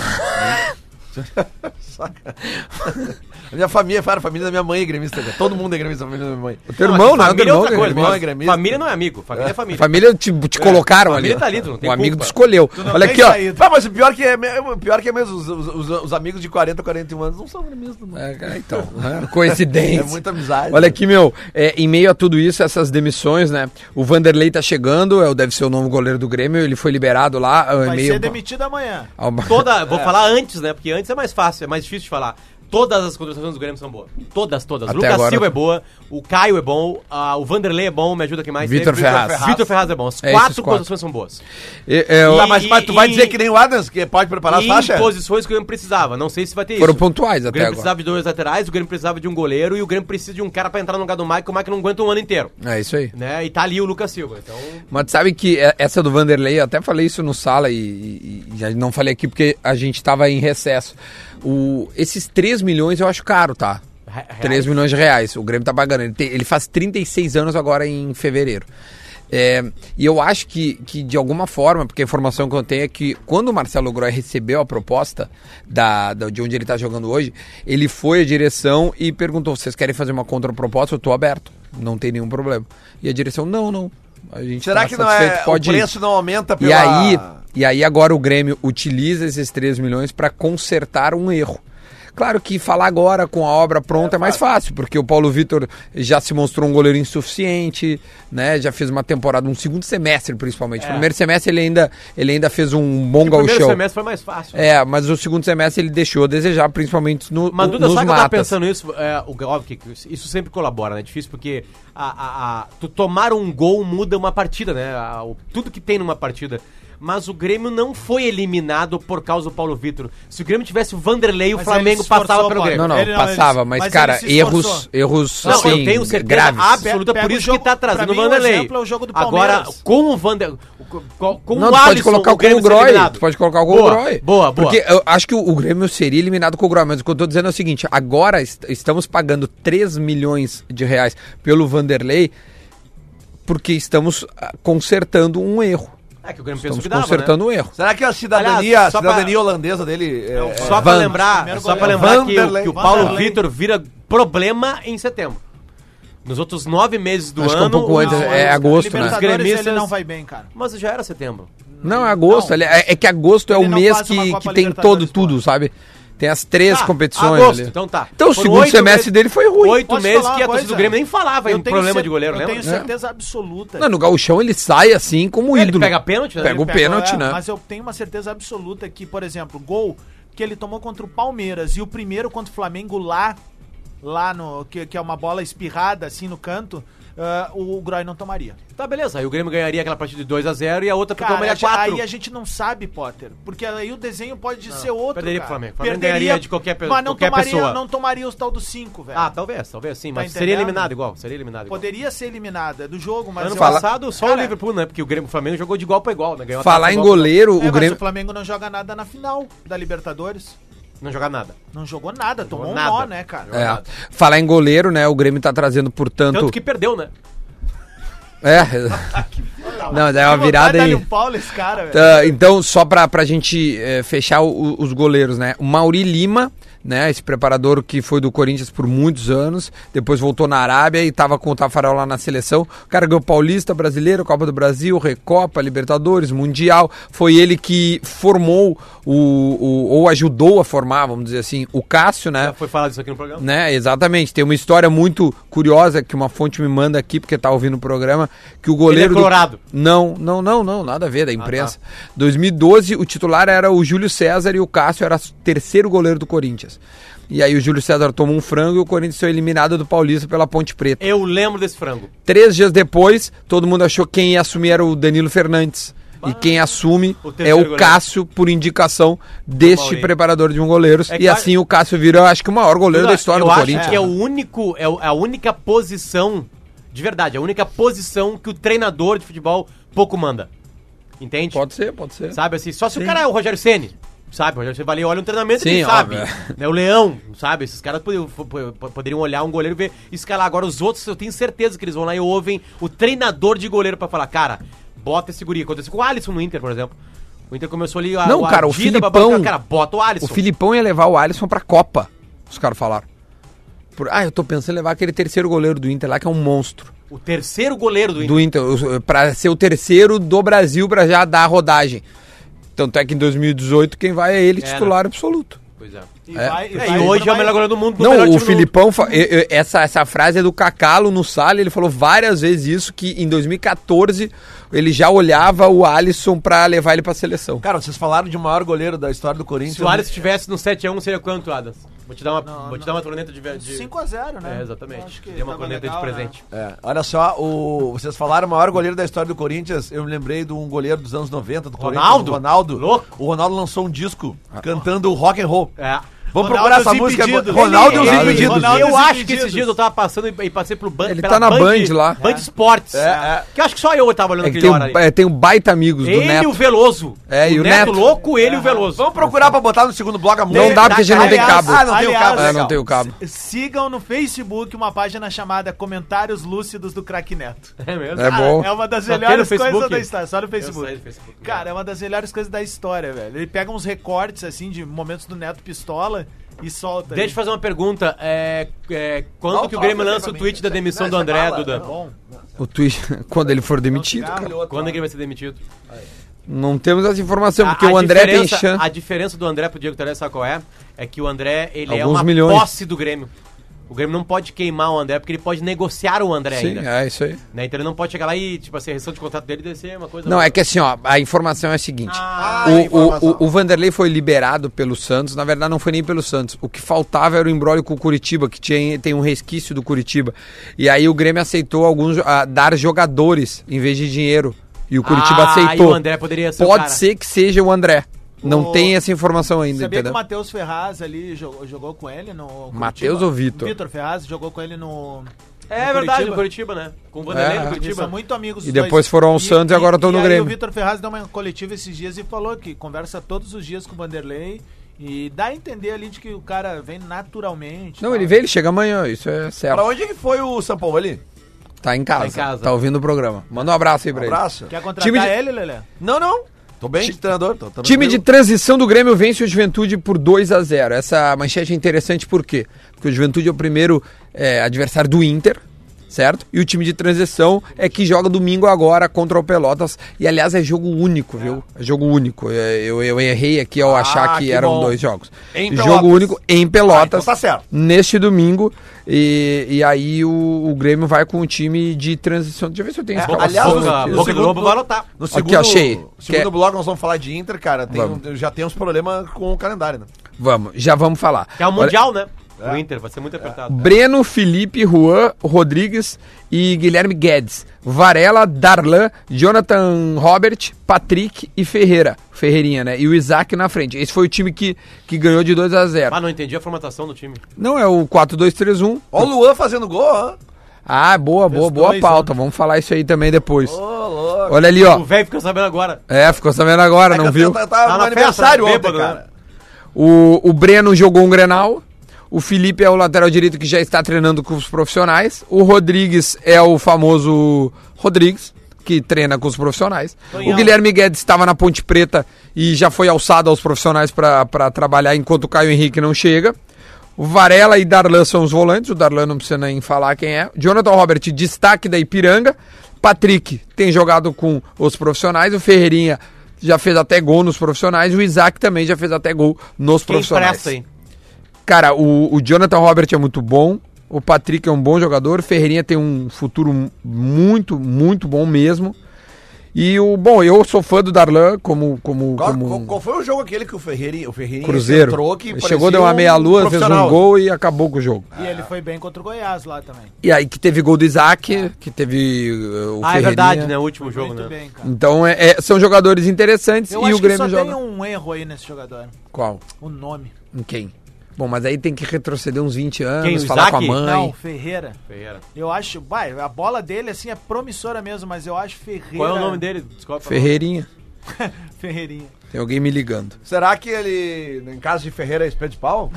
Speaker 5: Saca? (laughs) a minha família, cara, a família da minha mãe é gremista. cara. Todo mundo é gremista, a família da minha mãe.
Speaker 2: Teu irmão, né?
Speaker 4: não,
Speaker 2: Teu
Speaker 4: família é
Speaker 2: irmão,
Speaker 4: outra
Speaker 2: né?
Speaker 4: coisa.
Speaker 5: irmão é
Speaker 4: mas
Speaker 5: gremista.
Speaker 4: Família não é amigo, família é família.
Speaker 2: Família te, te colocaram
Speaker 4: família
Speaker 2: ali.
Speaker 4: tá ali, tu não tem
Speaker 2: o amigo
Speaker 4: culpa.
Speaker 2: te escolheu.
Speaker 3: Tu não
Speaker 2: Olha
Speaker 3: tem
Speaker 2: aqui, ó.
Speaker 3: saída.
Speaker 5: Ah, mas o pior que é, me- o pior que é mesmo, os, os- os- os amigos de 40, 41 anos não são gremistas, não.
Speaker 2: É, cara, então, né? coincidência.
Speaker 5: É muita amizade.
Speaker 2: Olha aqui, meu, é, em meio a tudo isso, essas demissões, né? O Vanderlei tá chegando, é, o- deve ser o novo goleiro do Grêmio, ele foi liberado lá. é,
Speaker 3: Vai
Speaker 2: meio...
Speaker 3: ser demitido amanhã.
Speaker 2: ao-
Speaker 4: Toda, vou falar antes, né? Porque antes é mais fácil, é mais difícil de falar. Todas as contratações do Grêmio são boas. Todas, todas.
Speaker 2: Até
Speaker 4: Lucas
Speaker 2: agora-
Speaker 4: Silva é boa, o Caio é bom, ah, o Vanderlei é bom, me ajuda quem mais.
Speaker 2: Vitor
Speaker 4: Teve-
Speaker 2: Ferraz.
Speaker 4: Vitor Ferraz é bom. As
Speaker 2: É, esses
Speaker 4: quatro
Speaker 2: quatro.
Speaker 4: contratações são boas.
Speaker 2: (laughs) É, é, o-
Speaker 5: Tá, mas, mas tu vai
Speaker 4: E-
Speaker 5: dizer que nem o Adams, que pode preparar as
Speaker 4: em
Speaker 5: faixas?
Speaker 4: posições que o Grêmio precisava. Não sei se vai ter
Speaker 2: Foram
Speaker 4: isso.
Speaker 2: pontuais
Speaker 4: O
Speaker 2: até
Speaker 4: Grêmio
Speaker 2: agora.
Speaker 4: precisava de dois laterais, o Grêmio precisava de um goleiro e o Grêmio precisa de um cara pra entrar no lugar do Mike, que o Mike não aguenta um ano inteiro.
Speaker 2: É isso aí.
Speaker 4: Né? E tá ali o Lucas Silva. Então,
Speaker 2: Mas sabe que é- essa do Vanderlei, eu até falei isso no sala e, e- e já não falei aqui porque a gente tava em recesso. O, esses 3 milhões eu acho caro, tá?
Speaker 4: Re-
Speaker 2: 3 milhões de reais. O Grêmio tá pagando. Ele, tem- ele faz 36 anos agora em fevereiro. É, e eu acho que, que de alguma forma, porque a informação que eu tenho é que quando o Marcelo Groy recebeu a proposta da, da- de onde ele tá jogando hoje, ele foi à direção e perguntou: vocês querem fazer uma contraproposta? Eu tô aberto, não tem nenhum problema. E a direção, não, não. A gente
Speaker 5: Será
Speaker 2: tá
Speaker 5: que não
Speaker 2: satisfeito,
Speaker 5: é,
Speaker 2: pode
Speaker 5: o
Speaker 2: ir."
Speaker 5: preço não é aumenta
Speaker 2: E aí, e aí agora o Grêmio utiliza esses 3 milhões para consertar um erro. Claro que falar agora com a obra pronta é, mais fácil, porque o Paulo Vitor já se mostrou um goleiro insuficiente, né? Já fez uma temporada, um segundo semestre principalmente. Primeiro semestre ele ainda, ele ainda fez um bom
Speaker 4: o primeiro
Speaker 2: gauchão.
Speaker 4: semestre foi mais fácil.
Speaker 2: É, mas o segundo semestre ele deixou a desejar, principalmente no,
Speaker 4: Mas Duda,
Speaker 2: nos
Speaker 4: sabe que eu tava
Speaker 2: matas.
Speaker 4: pensando isso? É, o- óbvio que isso sempre colabora, né? É difícil porque a, a- a- tu tomar um gol muda uma partida, né? A- o- tudo que tem numa partida. Mas o Grêmio não foi eliminado por causa do Paulo Vitor. Se o Grêmio tivesse o Vanderlei, o
Speaker 3: Mas ele
Speaker 4: Flamengo
Speaker 3: se esforçou,
Speaker 4: passava pelo
Speaker 3: pô.
Speaker 4: Grêmio.
Speaker 2: Não, não,
Speaker 3: Ele não,
Speaker 2: passava,
Speaker 3: ele-
Speaker 2: mas,
Speaker 3: mas
Speaker 2: cara,
Speaker 3: ele se
Speaker 2: erros,
Speaker 3: esforço.
Speaker 2: erros,
Speaker 4: Não,
Speaker 2: assim,
Speaker 4: eu tenho certeza
Speaker 2: graves.
Speaker 4: absoluta,
Speaker 3: Pega
Speaker 4: por
Speaker 3: o
Speaker 4: isso
Speaker 3: jogo-
Speaker 4: que tá trazendo
Speaker 3: pra
Speaker 4: o
Speaker 3: mim, um
Speaker 4: Vanderlei.
Speaker 3: exemplo é o jogo do
Speaker 4: Agora,
Speaker 3: Palmeiras.
Speaker 4: com o Vander... Com, com
Speaker 2: não,
Speaker 4: o
Speaker 2: tu pode
Speaker 4: Um Alisson,
Speaker 2: colocar o com
Speaker 4: Grêmio
Speaker 2: o
Speaker 4: ser
Speaker 2: Groy.
Speaker 4: eliminado.
Speaker 2: Tu pode colocar o com o
Speaker 4: boa,
Speaker 2: Groy.
Speaker 4: Boa, boa.
Speaker 2: Porque eu acho que o, o Grêmio seria eliminado com o Groy, mas o que eu tô dizendo é o seguinte: agora est- estamos pagando 3 milhões de reais pelo Vanderlei porque estamos ah, consertando um erro.
Speaker 4: É que o Grêmio pensou
Speaker 2: Estamos
Speaker 4: que dava, né?
Speaker 2: consertando um erro.
Speaker 5: Será que a cidadania,
Speaker 4: Aliás,
Speaker 5: a
Speaker 4: só
Speaker 5: cidadania
Speaker 4: pra-
Speaker 5: holandesa dele é,
Speaker 4: Só pra
Speaker 2: Van-
Speaker 4: lembrar,
Speaker 3: Primeiro
Speaker 4: só pra
Speaker 3: goleiro.
Speaker 4: lembrar que, o-
Speaker 5: Vanderlei.
Speaker 4: que o Paulo
Speaker 3: Vanderlei.
Speaker 4: Vitor vira problema em setembro. Nos outros nove meses do
Speaker 2: Acho que é
Speaker 4: ano.
Speaker 2: um pouco antes,
Speaker 4: os-
Speaker 2: é agosto, né?
Speaker 4: Os
Speaker 3: Libertadores, ele
Speaker 4: gremistas-
Speaker 3: não vai bem, cara.
Speaker 4: Mas já era setembro.
Speaker 2: Não, é agosto.
Speaker 3: Não.
Speaker 2: ali- É, é que agosto é
Speaker 3: Ele
Speaker 2: o
Speaker 3: não
Speaker 2: mês
Speaker 3: faz uma
Speaker 2: que,
Speaker 3: Copa
Speaker 2: que tem todo
Speaker 3: Libertadores,
Speaker 2: tudo,
Speaker 3: pô.
Speaker 2: sabe? Tem as três
Speaker 4: Tá,
Speaker 2: competições
Speaker 4: agosto,
Speaker 2: ali.
Speaker 4: Então tá.
Speaker 2: Então o
Speaker 4: Foram
Speaker 2: segundo
Speaker 4: oito
Speaker 2: semestres dele foi ruim.
Speaker 4: Oito
Speaker 3: Posso
Speaker 4: meses
Speaker 3: falar
Speaker 4: que a
Speaker 3: uma
Speaker 4: torcida do
Speaker 3: coisa?
Speaker 4: Grêmio nem falava em
Speaker 3: tenho
Speaker 4: problema
Speaker 3: cer-
Speaker 4: de goleiro,
Speaker 3: eu
Speaker 4: lembra?
Speaker 3: tenho certeza absoluta.
Speaker 2: É. Não, no gauchão ele sai assim como
Speaker 4: Ele
Speaker 2: ídolo.
Speaker 4: pega pênalti, né?
Speaker 2: Pega o
Speaker 4: Ele
Speaker 2: pênalti,
Speaker 3: é,
Speaker 2: né?
Speaker 3: Mas eu tenho uma certeza absoluta que, por exemplo, gol que ele tomou contra o Palmeiras e o primeiro contra o Flamengo lá, lá no. que, que é uma bola espirrada assim no canto, ah, o Groy não tomaria.
Speaker 4: Tá, beleza. Aí o Grêmio ganharia aquela partida de 2x0 e a outra
Speaker 3: Cara,
Speaker 4: tomaria
Speaker 3: a ge-
Speaker 4: 4.
Speaker 3: aí a gente não sabe, Potter, porque aí o desenho pode ser outro.
Speaker 4: perderia
Speaker 3: cara.
Speaker 4: pro Flamengo. Flamengo ganharia de qualquer pe-
Speaker 3: Mas não,
Speaker 4: qualquer
Speaker 3: tomaria,
Speaker 4: pessoa.
Speaker 3: não tomaria os tal dos 5, velho.
Speaker 4: Ah, talvez, talvez sim.
Speaker 3: Tá
Speaker 4: Mas seria
Speaker 3: entendendo?
Speaker 4: eliminado igual. Seria eliminado igual.
Speaker 3: Poderia ser eliminada do jogo, mas.
Speaker 4: Ano
Speaker 3: eu-
Speaker 4: passado, só
Speaker 3: Cara,
Speaker 4: o Liverpool, né? Porque o Grêmio o Flamengo jogou de igual pra igual, né? Ganhou a
Speaker 2: Falar
Speaker 4: taça
Speaker 2: em
Speaker 4: igual pra
Speaker 2: goleiro,
Speaker 3: é, mas
Speaker 2: o Grêmio.
Speaker 3: Flamengo não joga nada na final da Libertadores.
Speaker 4: igual. Não jogar nada.
Speaker 3: Não jogou nada, tomou um
Speaker 4: nada.
Speaker 3: nó, né, cara?
Speaker 2: É, falar em goleiro, né? O Grêmio tá trazendo, portanto.
Speaker 4: Tá Tanto que Ah, perdeu, né? (laughs)
Speaker 2: É. Não, daí é uma
Speaker 3: Que vontade de
Speaker 2: virada
Speaker 3: dar-lhe
Speaker 2: aí.
Speaker 3: um pau nesse cara, velho.
Speaker 2: Tá, então, só pra, pra gente eh, fechar o- os goleiros, né? O Mauri Lima, né? Esse preparador que foi do Corinthians por muitos anos, depois voltou na Arábia e tava com o Tafarel lá na seleção. O cara ganhou Paulista, Brasileiro, Copa do Brasil, Recopa, Libertadores, Mundial. Foi ele que formou o, o- ou ajudou a formar, vamos dizer assim, o Cássio, né?
Speaker 4: Já É, foi falado isso aqui no programa.
Speaker 2: Né, exatamente. Tem uma história muito curiosa que uma fonte me manda aqui, porque tá ouvindo o programa, que o goleiro. do-
Speaker 4: é colorado. Ah, tá.
Speaker 2: Não, não, não, não, nada a ver, da imprensa. 2012, o titular era o Júlio César e o Cássio era o terceiro goleiro do Corinthians. E aí o Júlio César tomou um frango e o Corinthians foi eliminado do Paulista pela Ponte Preta.
Speaker 4: Eu lembro desse frango.
Speaker 2: Três dias depois, todo mundo achou que quem ia assumir era o Danilo Fernandes. E quem assume
Speaker 4: O
Speaker 2: é
Speaker 4: terceiro
Speaker 2: o
Speaker 4: goleiro.
Speaker 2: Cássio, por indicação deste
Speaker 4: Maurinho.
Speaker 2: preparador de um goleiros.
Speaker 4: É
Speaker 2: e
Speaker 4: que-
Speaker 2: assim o Cássio vira, eu acho que o maior goleiro da história
Speaker 4: eu
Speaker 2: do
Speaker 4: acho
Speaker 2: Corinthians. né?
Speaker 4: que é o único, é o- a única posição, de verdade, é a única posição que o treinador de futebol pouco manda. Entende?
Speaker 2: Pode ser, pode ser.
Speaker 4: Tipo, Sabe assim, só se o cara é o Rogério Ceni, sabe? O Rogério Ceni vai ali, olha um treinamento
Speaker 2: Sim,
Speaker 4: e ele sabe.
Speaker 2: óbvio.
Speaker 4: Né, o Leão, sabe? Esses caras poderiam, poderiam olhar um goleiro e ver escalar. Agora os outros, eu tenho certeza que eles vão lá e ouvem o treinador de goleiro pra falar, cara, bota esse guri. Aconteceu com o Alisson no Inter, por exemplo. O Inter começou ali a
Speaker 2: Não,
Speaker 4: a
Speaker 2: cara, o
Speaker 4: Dida,
Speaker 2: Filipão-
Speaker 4: babando, cara, bota o Alisson.
Speaker 2: O Filipão ia levar o Alisson pra Copa, os caras falaram. Por- ah, eu tô pensando em levar aquele terceiro goleiro do Inter lá, que é um monstro.
Speaker 4: O terceiro goleiro do Inter.
Speaker 2: Do Inter, os- pra ser o terceiro do Brasil pra já dar a rodagem. Tanto é que em 2018 quem vai é ele,
Speaker 4: É,
Speaker 2: titular absoluto.
Speaker 4: Pois é.
Speaker 3: E,
Speaker 2: É.
Speaker 4: É, e hoje é o melhor goleiro do mundo. melhor
Speaker 2: Não, o
Speaker 4: time do mundo.
Speaker 2: Filipão, fa- eu- eu- essa, essa frase é do Cacalo no Sala, ele falou várias vezes isso, que em 2014 ele já olhava o Alisson pra levar ele pra seleção.
Speaker 5: Cara, vocês falaram de maior goleiro da história do Corinthians.
Speaker 4: Se o Alisson estivesse no 7x1, seria quanto, Adams? Vou te dar uma, vou te dar uma corneta de... de...
Speaker 3: 5x0, né?
Speaker 4: É, exatamente.
Speaker 3: Acho que
Speaker 4: Dei uma
Speaker 3: tava
Speaker 4: corneta de
Speaker 3: legal, né?
Speaker 4: presente.
Speaker 5: É, olha só, o, vocês falaram o maior goleiro da história do Corinthians. Eu me lembrei de um goleiro dos anos 90 do
Speaker 4: Ronaldo?
Speaker 5: Corinthians. Ronaldo.
Speaker 4: Louco.
Speaker 5: O Ronaldo lançou um disco cantando rock and roll.
Speaker 4: É.
Speaker 5: Vamos
Speaker 3: Ronaldo
Speaker 5: procurar essa
Speaker 3: e os
Speaker 5: música.
Speaker 3: Impedidos.
Speaker 5: Ronaldo e os
Speaker 2: Ele-
Speaker 5: Impedidos.
Speaker 3: Ronaldo
Speaker 4: eu
Speaker 3: dos
Speaker 4: acho que
Speaker 3: Impedidos.
Speaker 4: esses dias eu tava passando e, e passei pelo Band.
Speaker 2: Ele
Speaker 4: pela
Speaker 2: tá na Band lá.
Speaker 4: Band Esportes.
Speaker 5: É,
Speaker 4: Que eu acho que só eu tava olhando
Speaker 2: É que
Speaker 4: aquele
Speaker 2: tem um,
Speaker 4: hora ali.
Speaker 2: é, tem um baita amigos do
Speaker 4: Ele e
Speaker 2: Neto.
Speaker 4: o Veloso.
Speaker 2: É, e o Neto.
Speaker 4: louco, ele e o
Speaker 3: É.
Speaker 4: Veloso.
Speaker 5: Vamos procurar pra botar no segundo bloco a
Speaker 2: Não
Speaker 5: música.
Speaker 2: dá porque a gente não tem
Speaker 3: Aliás,
Speaker 2: cabo.
Speaker 5: Ah, não tem o
Speaker 3: aliás,
Speaker 5: cabo.
Speaker 2: É, não
Speaker 5: legal.
Speaker 2: tem o cabo.
Speaker 3: Sigam no Facebook uma página chamada Comentários Lúcidos do Crack Neto.
Speaker 4: (laughs) É mesmo?
Speaker 2: É bom.
Speaker 3: é uma das
Speaker 4: Só tem
Speaker 3: melhores
Speaker 4: no Facebook?
Speaker 3: coisas da história. Só no
Speaker 4: Eu saí
Speaker 3: Facebook.
Speaker 4: do Facebook. né?
Speaker 3: Cara, é uma das melhores coisas da história, velho. Ele pega uns recortes, assim, de momentos do Neto Pistola e solta.
Speaker 4: Deixa eu fazer uma pergunta. É, é, quando
Speaker 5: Não,
Speaker 4: que o
Speaker 5: fala
Speaker 4: Grêmio
Speaker 5: pra
Speaker 4: lança o
Speaker 5: mim.
Speaker 4: tweet da
Speaker 3: né?
Speaker 4: demissão
Speaker 5: Não,
Speaker 4: do
Speaker 3: é
Speaker 5: você
Speaker 4: André,
Speaker 5: fala,
Speaker 4: Duda?
Speaker 5: não.
Speaker 3: Tá Bom,
Speaker 2: O Twitch, (laughs) quando ele for demitido, cara,
Speaker 4: Quando é que ele vai ser demitido?
Speaker 2: não temos essa informação, Então, porque
Speaker 4: A- a
Speaker 2: o André tem
Speaker 4: diferença-
Speaker 2: chance.
Speaker 4: A diferença do André pro Diego Tardelli, sabe qual é? É que o André, ele é
Speaker 2: Alguns
Speaker 4: uma
Speaker 2: milhões.
Speaker 4: posse do Grêmio. O Grêmio não pode queimar o André, porque ele pode negociar o André
Speaker 2: Sim,
Speaker 4: ainda.
Speaker 2: é isso aí.
Speaker 4: Né? Então ele não pode chegar lá e, tipo assim, a rescisão de contrato dele deve ser uma coisa.
Speaker 2: Não, é que assim, ó, a informação é a seguinte.
Speaker 4: Ah,
Speaker 2: o, o- o- o Vanderlei foi liberado pelo Santos, na verdade não foi nem pelo Santos. O que faltava era o embrólio com o Curitiba, que tinha, tem um resquício do Curitiba. E aí o Grêmio aceitou alguns jo- ah, dar jogadores em vez de dinheiro. E o Curitiba
Speaker 4: Ah,
Speaker 2: aceitou.
Speaker 4: e o André poderia ser o
Speaker 2: Pode
Speaker 4: cara.
Speaker 2: ser que seja o André. Não
Speaker 3: O-
Speaker 2: tem essa informação ainda,
Speaker 3: Sabia que
Speaker 2: entendeu?
Speaker 3: o Matheus Ferraz ali jogou, jogou com ele no. Curitiba?
Speaker 2: Matheus ou Vitor?
Speaker 3: Vitor Ferraz jogou com ele no.
Speaker 4: É
Speaker 3: no
Speaker 4: verdade,
Speaker 3: Curitiba.
Speaker 4: o Curitiba, né? Com o Vanderlei
Speaker 2: É.
Speaker 4: no
Speaker 3: Eles
Speaker 4: Curitiba.
Speaker 3: são muito amigos
Speaker 2: E depois foram ao Santos e agora estão no
Speaker 3: aí
Speaker 2: Grêmio.
Speaker 3: O Vitor Ferraz deu uma coletiva esses dias e falou que conversa todos os dias com o Vanderlei e dá a entender ali de que o cara vem naturalmente.
Speaker 2: Não,
Speaker 3: tal.
Speaker 2: ele veio, ele chega amanhã, isso é certo.
Speaker 5: Pra onde é que foi o São Paulo ali?
Speaker 2: Tá em casa. Tá
Speaker 4: Tá em casa.
Speaker 2: ouvindo o programa. Manda um abraço aí pra
Speaker 5: Um abraço.
Speaker 3: Quer
Speaker 2: Time
Speaker 3: contratar
Speaker 2: de-
Speaker 3: ele, Lelé?
Speaker 5: Não, não. Tô bem de treinador. Tô, tô
Speaker 2: Time de
Speaker 5: tranquilo.
Speaker 2: transição do Grêmio vence o Juventude por 2 a 0 Essa manchete é interessante por quê? Porque o Juventude é o primeiro é, adversário do Inter, certo? E o time de transição é que joga domingo agora contra o Pelotas. E aliás, é jogo único, viu? É jogo único. É, Eu, eu errei aqui ao achar que,
Speaker 5: Ah, que
Speaker 2: eram
Speaker 5: bom.
Speaker 2: dois jogos.
Speaker 5: Em
Speaker 2: jogo
Speaker 5: Pelotas.
Speaker 2: único em
Speaker 5: Ah,
Speaker 2: Pelotas.
Speaker 5: então tá certo.
Speaker 2: Neste domingo. E, e aí o, o Grêmio vai com o time de transição. Deixa eu ver se eu tenho
Speaker 5: É,
Speaker 2: escalação
Speaker 5: aliás,
Speaker 4: Boca-
Speaker 5: o,
Speaker 2: aqui.
Speaker 5: o
Speaker 4: Boca
Speaker 5: segundo
Speaker 4: Globo vai lotar.
Speaker 5: No
Speaker 2: Aqui,
Speaker 5: segundo,
Speaker 2: achei.
Speaker 5: segundo
Speaker 2: Quer-
Speaker 5: bloco, nós vamos falar de Inter, cara. Tem,
Speaker 2: Vamos.
Speaker 5: um- já tem uns problemas com o calendário, né?
Speaker 2: Vamos, já vamos falar.
Speaker 4: Que é o
Speaker 2: Olha-
Speaker 4: Mundial, né? O Inter, vai ser
Speaker 3: É.
Speaker 4: muito apertado.
Speaker 2: Breno, Felipe, Juan, Rodrigues e Guilherme Guedes. Varela, Darlan, Jonathan Robert, Patrick e Ferreira. Ferreirinha, né? E o Isaac na frente. Esse foi o time que, que ganhou de 2 a 0
Speaker 4: Ah, não entendi a formatação do time.
Speaker 2: Não, é o 4-2-3-1.
Speaker 5: Ó o Luan fazendo gol, ó.
Speaker 2: Ah, boa, boa, boa
Speaker 3: dois,
Speaker 2: pauta.
Speaker 4: né?
Speaker 2: Vamos falar isso aí também depois.
Speaker 5: Ô, louco.
Speaker 2: Olha ali,
Speaker 4: O
Speaker 2: ó.
Speaker 4: velho ficou sabendo agora.
Speaker 2: É, ficou sabendo agora, não viu?
Speaker 5: Tá, tá,
Speaker 4: Tá
Speaker 5: no
Speaker 4: na
Speaker 5: aniversário
Speaker 4: festa,
Speaker 5: ontem,
Speaker 4: bêbado,
Speaker 5: cara.
Speaker 2: O, o Breno jogou um Grenal. O Felipe é o lateral direito que já está treinando com os profissionais. O Rodrigues é o famoso Rodrigues, que treina com os profissionais. O Guilherme Guedes estava na Ponte Preta e já foi alçado aos profissionais para trabalhar enquanto o Caio Henrique não chega. O Varela e Darlan são os volantes, o Darlan não precisa nem falar quem é. Jonathan Robert, destaque da Ipiranga. Patrick tem jogado com os profissionais. O Ferreirinha já fez até gol nos profissionais. O Isaac também já fez até gol nos
Speaker 4: Quem
Speaker 2: profissionais.
Speaker 4: presta aí?
Speaker 2: Cara, o, o Jonathan Robert é muito bom. O Patrick é um bom jogador. O Ferreirinha tem um futuro mu- muito, muito bom mesmo. E o. Bom, eu sou fã do Darlan como. como,
Speaker 5: Qual,
Speaker 2: como um
Speaker 5: qual- qual foi o jogo aquele que o Ferreirinha, o Ferreirinha
Speaker 2: Cruzeiro.
Speaker 5: entrou que
Speaker 2: Chegou,
Speaker 5: parecia
Speaker 2: deu uma meia-lua, fez um
Speaker 5: profissional?
Speaker 2: gol e acabou com o jogo.
Speaker 3: E
Speaker 4: É.
Speaker 3: ele foi bem contra o Goiás lá também.
Speaker 2: E aí que teve gol do Isaac, que teve uh, o
Speaker 4: Ah, é
Speaker 2: Ferreirinha.
Speaker 4: verdade, né? O último jogo,
Speaker 3: Muito
Speaker 4: né?
Speaker 3: bem, cara.
Speaker 2: Então é- é- são jogadores interessantes
Speaker 3: Eu
Speaker 2: e
Speaker 3: acho
Speaker 2: o Grêmio
Speaker 3: que só
Speaker 2: joga.
Speaker 3: tem um erro aí nesse jogador.
Speaker 2: Qual?
Speaker 3: O nome.
Speaker 2: Em quem? Bom, mas aí tem que retroceder uns 20 anos,
Speaker 4: Quem, o
Speaker 2: falar com a
Speaker 4: Isaac?
Speaker 2: mãe.
Speaker 3: Não, Ferreira.
Speaker 4: Ferreira.
Speaker 3: Eu acho, vai, a bola dele assim é promissora mesmo, mas eu acho Ferreira.
Speaker 4: Qual é o nome dele? Desculpa.
Speaker 2: Ferreirinha.
Speaker 3: Ferreirinha.
Speaker 2: Tem alguém me ligando.
Speaker 5: Será que ele, em casa de Ferreira, é espé
Speaker 2: (laughs)
Speaker 5: de pau?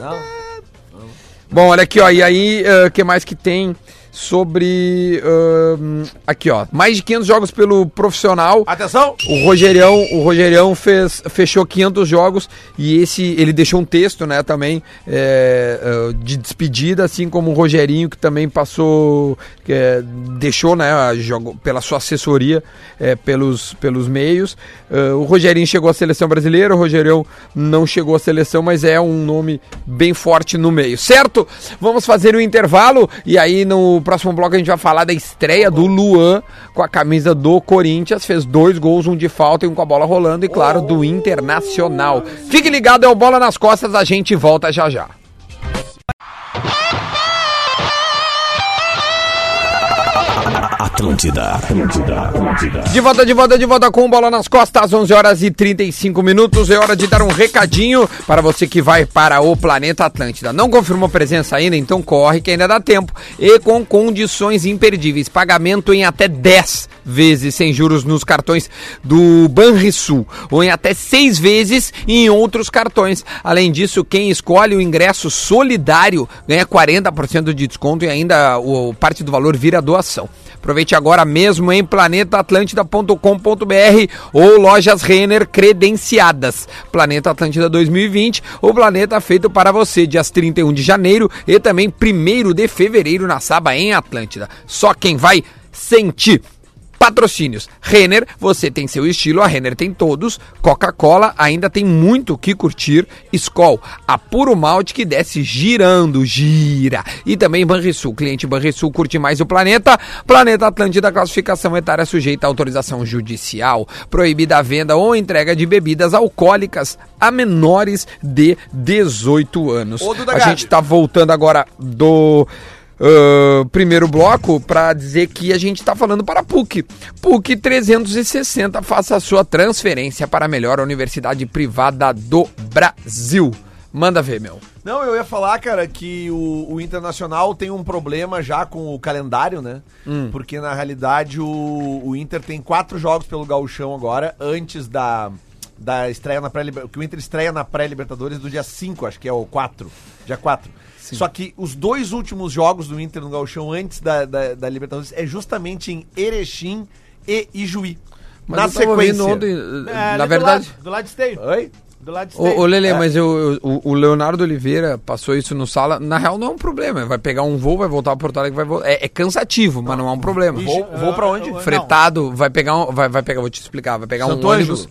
Speaker 5: Não.
Speaker 2: Bom, olha aqui, ó. E aí, o que mais que tem sobre. ahn, aqui, ó. Mais de 500 jogos pelo profissional.
Speaker 5: Atenção!
Speaker 2: O Rogerão, o Rogerão fez, fechou 500 jogos e esse ele deixou um texto, né, também é, é, de despedida, assim como o Rogerinho que também passou, que, é, deixou, né, a- jogou pela sua assessoria é, pelos, pelos meios. É, o Rogerinho chegou à seleção brasileira, o Rogerão não chegou à seleção, mas é um nome bem forte no meio, certo? Vamos fazer o intervalo e aí no próximo bloco a gente vai falar da estreia do Luan com a camisa do Corinthians. Fez dois gols, um de falta e um com a bola rolando, e claro, do Internacional. Fique ligado, é o Bola nas Costas, a gente volta já já.
Speaker 1: Atlântida, Atlântida, Atlântida.
Speaker 2: De volta, de volta, de volta com o Bola nas Costas, 11 horas e 35 minutos. É hora de dar um recadinho para você que vai para o planeta Atlântida. Não confirmou presença ainda? Então corre que ainda dá tempo. E com condições imperdíveis. Pagamento em até 10 vezes sem juros nos cartões do Banrisul. Ou em até 6 vezes em outros cartões. Além disso, quem escolhe o ingresso solidário ganha 40% de desconto e ainda o, parte do valor vira doação. Aproveite agora mesmo em planetaatlântida.com.br ou lojas Renner credenciadas. Planeta Atlântida 2020, o planeta feito para você, dias 31 de janeiro e também 1 de fevereiro na Saba em Atlântida. Só quem vai sentir. Patrocínios. Renner, você tem seu estilo, a Renner tem todos. Coca-Cola ainda tem muito o que curtir. Skol, a puro malte que desce girando, gira. E também Banrisul, cliente Banrisul curte mais o planeta. Planeta Atlântida, classificação etária sujeita à autorização judicial. Proibida a venda ou entrega de bebidas alcoólicas a menores de 18 anos.
Speaker 5: Ô, Duda
Speaker 2: A
Speaker 5: Garbi.
Speaker 2: gente tá voltando agora do ãh, primeiro bloco pra dizer que a gente tá falando para a PUC. PUC 360, faça a sua transferência para a melhor universidade privada do Brasil. Manda ver, meu.
Speaker 5: Não, eu ia falar, cara, que o, o Internacional tem um problema já com o calendário, né?
Speaker 2: Hum.
Speaker 5: Porque na realidade o, o Inter tem quatro jogos pelo Gauchão agora, antes da, da estreia na pré-libertadores. Que o Inter estreia na pré-libertadores do dia 5, acho que é o 4. Dia 4. Só que os dois últimos jogos do Inter no Gauchão antes da, da, da Libertadores é justamente em Erechim e Ijuí.
Speaker 2: Mas
Speaker 5: na
Speaker 2: eu tava ouvindo
Speaker 5: sequência.
Speaker 2: ontem, eh,
Speaker 3: É, ali
Speaker 2: na verdade.
Speaker 3: Do lado, do lado de esteio.
Speaker 5: Oi?
Speaker 3: Do lado É. de esteio.
Speaker 2: Ô, ô Lele, mas eu, eu- o, o Leonardo Oliveira passou isso no sala. Na real, não é um problema. Vai pegar um voo, vai voltar pro Porto Alegre, vai voltar. É, é cansativo, mas não é um problema.
Speaker 5: Vou, vou
Speaker 3: ah.
Speaker 5: pra onde?
Speaker 3: Não.
Speaker 2: Fretado, vai pegar um. Vai, vai pegar, vou te explicar, vai pegar
Speaker 5: Santo
Speaker 2: um
Speaker 5: Ângelo.
Speaker 2: ônibus.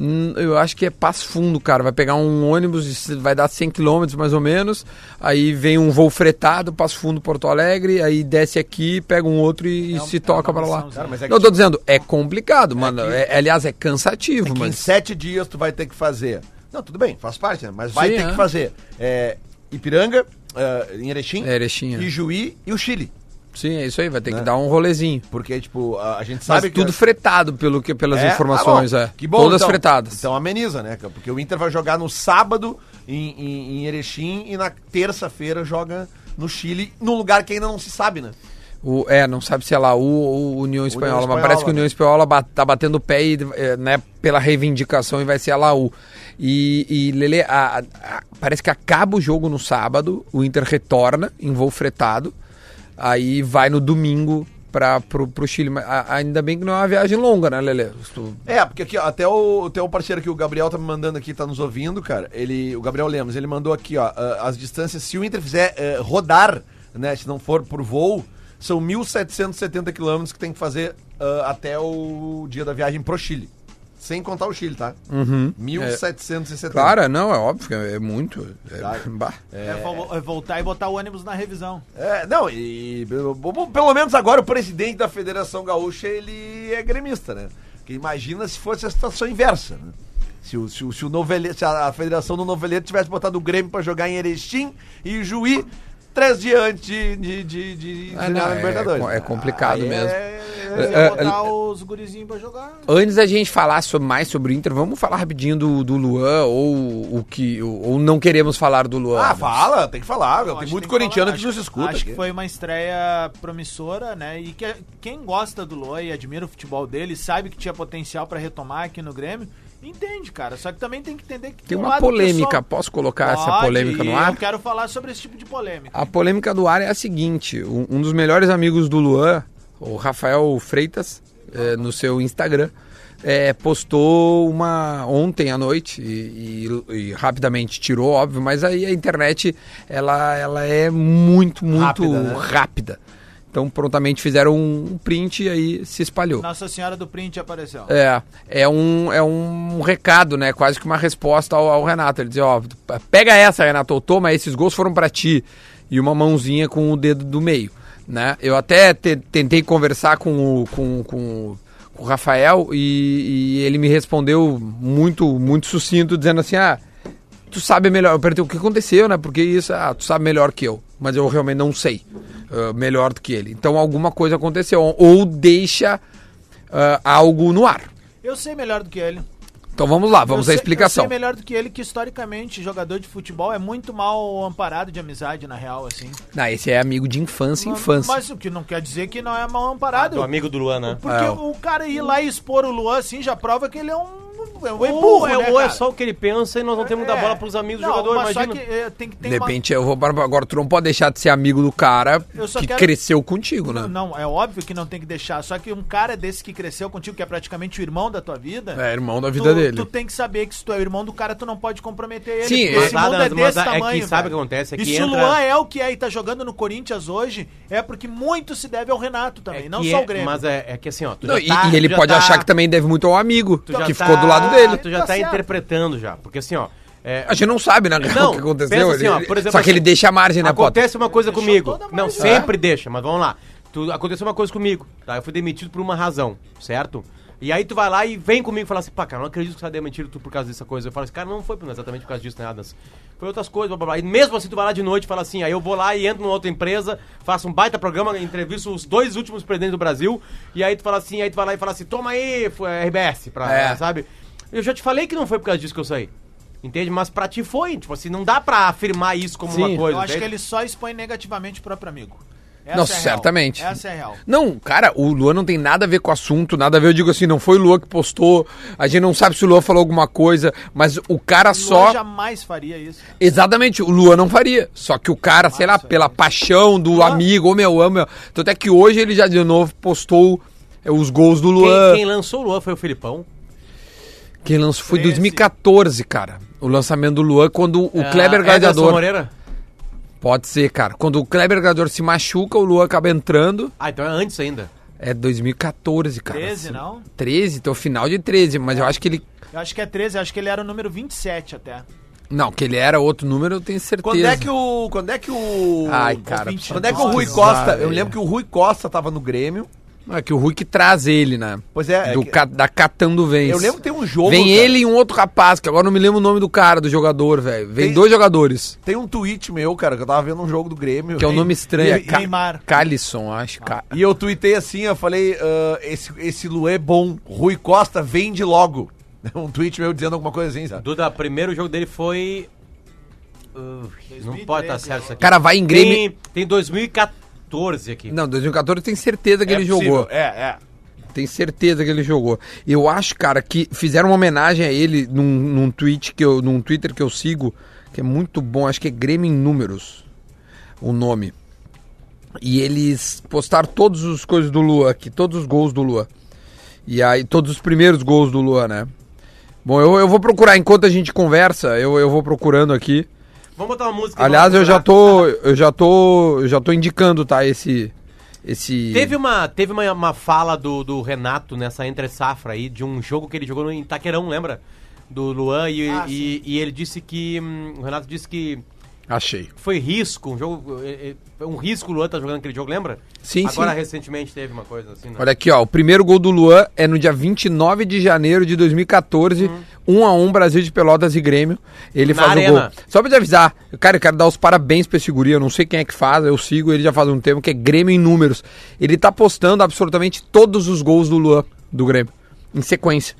Speaker 2: Hum, Eu acho que é Passo Fundo, cara. Vai pegar um ônibus, de c- vai dar 100 km mais ou menos. Aí vem um voo fretado, Passo Fundo, Porto Alegre. Aí desce aqui, pega um outro e, e
Speaker 5: É
Speaker 2: se toca pra lá.
Speaker 5: Cara, mas é que
Speaker 2: não, eu tô dizendo, é complicado, mano. É- aliás, é cansativo,
Speaker 5: que em
Speaker 2: mas.
Speaker 5: sete dias tu vai ter que fazer. Não, tudo bem, faz parte, né? Mas vai
Speaker 2: Sim,
Speaker 5: ter
Speaker 2: é.
Speaker 5: que fazer. É, Ipiranga, é, em Erechim,
Speaker 2: É, Erechim, é.
Speaker 5: Ijuí e o Chile.
Speaker 2: Sim, é isso aí, vai ter que dar um rolezinho.
Speaker 5: Porque, tipo, a, a gente
Speaker 2: Mas
Speaker 5: Né? sabe que...
Speaker 2: tudo fretado pelo que, pelas
Speaker 5: É?
Speaker 2: informações,
Speaker 5: Ah, bom.
Speaker 2: é.
Speaker 5: Que bom,
Speaker 2: Todas
Speaker 5: então.
Speaker 2: fretadas.
Speaker 5: Então ameniza, né? cara? Porque o Inter vai jogar no sábado em, em, em Erechim e na terça-feira joga no Chile, num lugar que ainda não se sabe, né?
Speaker 2: O, é, não sabe se é lá U ou União Espanhola, mas
Speaker 5: Espanhola,
Speaker 2: parece que a
Speaker 5: né?
Speaker 2: União Espanhola ba- tá batendo o pé e, é, né, pela reivindicação e vai ser a Laú. E, e Lele, a- a- parece que acaba o jogo no sábado, o Inter retorna em voo fretado, aí vai no domingo para pro, pro Chile. Mas a- ainda bem que não é uma viagem longa, né, Lele? Se tu-
Speaker 5: É, porque aqui, ó, até o, até o parceiro que o Gabriel tá me mandando aqui, tá nos ouvindo, cara. Ele, o Gabriel Lemos, ele mandou aqui, ó, ah, as distâncias, se o Inter fizer eh, rodar, né, se não for por voo, são 1.770 quilômetros que tem que fazer ah, até o dia da viagem pro Chile. Sem contar o Chile, tá? Uhum. 1.770.
Speaker 2: Cara, não, é óbvio, é é muito. É, (laughs) bah.
Speaker 3: É, vo- é voltar e botar o ônibus na revisão.
Speaker 5: É, não, e pelo, bom, pelo menos agora o presidente da Federação Gaúcha, ele é gremista, né? Porque imagina se fosse a situação inversa, né? Se, o, se, o, se, o Novele- se a, a Federação do Noveleto tivesse botado o Grêmio pra jogar em Erechim e Juí três dias antes de, de, de, de
Speaker 2: Ah,
Speaker 5: final
Speaker 2: não,
Speaker 5: da
Speaker 2: é co- é complicado
Speaker 5: Aí
Speaker 2: mesmo.
Speaker 5: É,
Speaker 3: Tem
Speaker 2: é,
Speaker 3: que botar os gurizinhos pra jogar.
Speaker 2: Antes da gente falar so- mais sobre o Inter, vamos falar rapidinho do, do Luan ou o que ou ou não queremos falar do Luan.
Speaker 5: ah,
Speaker 2: né?
Speaker 5: fala, tem que falar.
Speaker 3: Eu acho
Speaker 5: tem
Speaker 3: que
Speaker 5: muito
Speaker 3: tem que
Speaker 5: corintiano
Speaker 3: falar.
Speaker 5: que nos
Speaker 3: Acho-
Speaker 5: escuta.
Speaker 3: Acho
Speaker 5: aqui.
Speaker 3: que foi uma estreia promissora, né? E que, quem gosta do Loi e admira o futebol dele, sabe que tinha potencial pra retomar aqui no Grêmio, entende, cara. Só que também tem que entender que
Speaker 2: Tem
Speaker 3: um
Speaker 2: uma
Speaker 3: lado
Speaker 2: polêmica,
Speaker 3: pessoal-
Speaker 2: posso colocar essa
Speaker 3: Pode,
Speaker 2: polêmica
Speaker 3: e
Speaker 2: no ar?
Speaker 3: Eu quero falar sobre esse tipo de polêmica.
Speaker 2: A polêmica do ar é a seguinte: um, um dos melhores amigos do Luan, o Rafael Freitas, é, no seu Instagram, é, postou uma ontem à noite e, e- e rapidamente tirou, óbvio, mas aí a internet ela, ela é muito, muito rápida.
Speaker 5: Rápida, né?
Speaker 2: Então prontamente fizeram um um print e aí se espalhou.
Speaker 3: Nossa Senhora do Print apareceu.
Speaker 2: É, é um, é um recado, né? Quase que uma resposta ao, ao Renato. Ele dizia, ó, pega essa, Renato, ou toma, esses gols foram pra ti. E uma mãozinha com o dedo do meio, né? Eu até te- tentei conversar com o, com, com, com o Rafael e, e ele me respondeu muito, muito sucinto, dizendo assim, ah, tu sabe melhor. Eu perguntei o que aconteceu, né? Porque isso, ah, tu sabe melhor que eu. Mas eu realmente não sei ah, melhor do que ele. Então alguma coisa aconteceu. Ou deixa ah, algo no ar.
Speaker 3: Eu sei melhor do que ele.
Speaker 2: Então vamos lá, vamos
Speaker 3: Eu
Speaker 2: à
Speaker 3: sei-
Speaker 2: explicação.
Speaker 3: Eu sei melhor do que ele que, historicamente, jogador de futebol é muito mal amparado de amizade, na real, assim.
Speaker 2: Não, esse é amigo de infância, infância.
Speaker 3: Mas o que não quer dizer que não é mal amparado.
Speaker 4: Do amigo do Luan, né?
Speaker 3: Porque
Speaker 2: Ah, É.
Speaker 3: o cara ir lá e expor o Luan assim já prova que ele é um, é um
Speaker 4: Ou,
Speaker 3: burro,
Speaker 4: é,
Speaker 3: né,
Speaker 4: ou é
Speaker 3: cara?
Speaker 4: só o que ele pensa e nós não temos que dar
Speaker 3: É.
Speaker 4: bola pros amigos do
Speaker 3: Não,
Speaker 4: jogador,
Speaker 3: mas
Speaker 4: imagina.
Speaker 3: Só que eh, tem que ter
Speaker 2: de repente eu vou. Agora tu não pode deixar de ser amigo do cara
Speaker 3: Eu só
Speaker 2: que
Speaker 3: quero-
Speaker 2: cresceu contigo, né?
Speaker 3: Uma... Não, é óbvio que não tem que deixar. Só que um cara desse que cresceu contigo, que é praticamente o irmão da tua vida.
Speaker 2: É irmão da vida
Speaker 3: tu,
Speaker 2: dele.
Speaker 3: Tu tem que saber que se tu é o irmão do cara, tu não pode comprometer ele.
Speaker 2: Sim,
Speaker 3: porque
Speaker 2: é.
Speaker 3: esse mundo
Speaker 4: Mas
Speaker 3: é
Speaker 4: nada- mas
Speaker 3: desse
Speaker 4: é que sabe
Speaker 3: tamanho.
Speaker 4: o
Speaker 3: velho.
Speaker 4: que acontece? É
Speaker 3: e
Speaker 4: que
Speaker 3: se o
Speaker 4: entra-
Speaker 3: Luan é o que é e tá jogando no Corinthians hoje, é porque muito se deve ao Renato também,
Speaker 4: É
Speaker 3: não
Speaker 4: que
Speaker 3: só
Speaker 4: é-
Speaker 3: o Grêmio.
Speaker 4: Mas é, é que assim, ó. tu
Speaker 2: Não,
Speaker 4: já
Speaker 2: e,
Speaker 4: tá-
Speaker 2: e ele
Speaker 4: tu já
Speaker 2: pode
Speaker 4: tá-
Speaker 2: achar que também deve muito ao amigo
Speaker 4: tu já
Speaker 2: que
Speaker 4: tá-
Speaker 2: ficou do lado dele.
Speaker 4: Tu já
Speaker 3: Tá
Speaker 4: tá,
Speaker 3: certo.
Speaker 4: interpretando já. Porque assim, ó. é-
Speaker 2: A gente não sabe, na real,
Speaker 4: (laughs) Não,
Speaker 2: (laughs) o que aconteceu.
Speaker 4: pensa assim,
Speaker 2: ele-
Speaker 4: ó, por exemplo,
Speaker 2: só que ele
Speaker 4: assim,
Speaker 2: deixa a margem, né, Potter?
Speaker 4: Acontece uma coisa
Speaker 3: Deixou
Speaker 4: comigo.
Speaker 3: toda a
Speaker 4: Não,
Speaker 3: margem.
Speaker 4: sempre deixa, mas vamos lá. Tu, aconteceu uma coisa comigo, tá? Eu fui demitido por uma razão, certo? E aí tu vai lá e vem comigo e fala assim, pá, cara, não acredito que você tá demitido tu por causa dessa coisa. Eu falo assim, cara, não foi por- exatamente por causa disso, né, Adams? Foi outras coisas, blá, blá, blá. E mesmo assim tu vai lá de noite e fala assim, aí eu vou lá e entro numa outra empresa, faço um baita programa, entrevisto os dois últimos presidentes do Brasil, e aí tu fala assim, aí tu vai lá e fala assim, toma aí, fu- eh, RBS, pra,
Speaker 2: É.
Speaker 4: sabe? Eu já te falei que não foi por causa disso que eu saí. Entende? Mas pra ti foi. Tipo assim, não dá pra afirmar isso como
Speaker 2: Sim.
Speaker 4: uma coisa.
Speaker 3: Eu acho
Speaker 4: entende?
Speaker 3: que ele só expõe negativamente o próprio amigo. Essa
Speaker 2: Não,
Speaker 3: é a real.
Speaker 2: certamente.
Speaker 3: Essa é a real.
Speaker 2: Não, cara, o Luan não tem nada a ver com o assunto, nada a ver. Eu digo assim, não foi o Luan que postou, a gente não sabe se o Luan falou alguma coisa, mas o cara
Speaker 3: Luan
Speaker 2: só.
Speaker 3: jamais faria isso.
Speaker 2: Exatamente, o Luan não faria. Só que o cara, sei lá, pela paixão do amigo, ô meu, amo. Tanto é que hoje ele já de novo postou. Os gols do
Speaker 4: Quem,
Speaker 2: Luan.
Speaker 4: quem lançou o Luan foi o Filipão.
Speaker 2: Quem lançou foi em 2014, cara. O lançamento do Luan quando o
Speaker 4: Ah,
Speaker 2: Kleber
Speaker 4: Ederson
Speaker 2: Gladiador.
Speaker 4: Moreira?
Speaker 2: Pode ser, cara. Quando o Kleber Gladiador se machuca, o Luan acaba entrando.
Speaker 4: Ah, então é antes ainda.
Speaker 2: É 2014, cara.
Speaker 3: 13, não?
Speaker 2: 13, então final de 13, mas eu acho que ele.
Speaker 3: Eu acho que é 13, eu acho que ele era o número 27 até.
Speaker 2: Não, que ele era outro número, eu tenho certeza.
Speaker 5: Quando é que o. Quando é que o.
Speaker 2: Ai, cara.
Speaker 3: Ouvinte.
Speaker 5: Quando é que o Rui
Speaker 2: Nossa,
Speaker 5: Costa. Eu
Speaker 2: velho.
Speaker 5: lembro que o Rui Costa tava no Grêmio.
Speaker 2: É que o Rui que traz ele, né?
Speaker 5: Pois é, é
Speaker 2: Do,
Speaker 5: que-
Speaker 2: ca- Da Catando Vence.
Speaker 5: Eu lembro que tem um jogo.
Speaker 2: Vem
Speaker 5: cara.
Speaker 2: ele e um outro rapaz, que agora não me lembro o nome do cara, do jogador, velho. Vem
Speaker 5: Tem-
Speaker 2: dois jogadores.
Speaker 5: Tem um tweet meu, cara, que eu tava vendo um jogo do Grêmio.
Speaker 2: Que é um
Speaker 5: E-
Speaker 2: nome estranho. é
Speaker 5: e-
Speaker 2: Ca-
Speaker 3: Neymar.
Speaker 2: Calisson, acho. Ca-
Speaker 5: E eu tuitei assim, eu falei, ah, esse, esse Luan é bom, Rui Costa vende logo. (laughs) Um tweet meu dizendo alguma coisa assim, sabe?
Speaker 4: Duda, primeiro jogo dele foi. Uh, não pode estar certo isso
Speaker 2: O
Speaker 4: aqui.
Speaker 2: cara vai em Grêmio.
Speaker 4: tem, tem 2014 aqui.
Speaker 2: Não, 2014 tem certeza que ele jogou.
Speaker 5: É, é.
Speaker 2: Tem certeza que ele jogou. Eu acho, cara, que fizeram uma homenagem a ele num, num tweet que eu, num Twitter que eu sigo, que é muito bom, acho que é Grêmio em Números, o nome. E eles postaram todas as coisas do Lua aqui, todos os gols do Lua. E aí, todos os primeiros gols do Lua, né? Bom, eu, eu vou procurar, enquanto a gente conversa, eu, eu vou procurando aqui.
Speaker 4: Vamos botar uma né? música. e
Speaker 2: Aliás,
Speaker 4: vamos
Speaker 2: eu já
Speaker 4: procurar.
Speaker 2: tô. Eu já tô. Eu já tô indicando, tá? Esse. Esse.
Speaker 4: Teve um uma, teve uma, uma fala do, do Renato nessa entre-safra aí, de um jogo que ele jogou no Itaquerão, lembra? Do Luan, e,
Speaker 3: Ah,
Speaker 4: e, e ele disse que. hum, O Renato disse que
Speaker 2: Achei.
Speaker 4: foi risco, um jogo. é, é, foi Um risco o Luan tá jogando aquele jogo, lembra?
Speaker 2: Sim,
Speaker 4: Agora
Speaker 2: sim.
Speaker 4: recentemente teve uma coisa assim, né?
Speaker 2: Olha aqui, ó. O primeiro gol do Luan é no dia 29 de janeiro de 2014. 1 a 1 Brasil de Pelotas e Grêmio. Ele
Speaker 4: Na
Speaker 2: faz o
Speaker 4: arena.
Speaker 2: gol. Só pra te avisar, cara, eu quero dar os parabéns pra esse guri. Eu não sei quem é que faz, eu sigo ele já faz um tempo, que é Grêmio em números. Ele tá postando absolutamente todos os gols do Luan, do Grêmio, em sequência.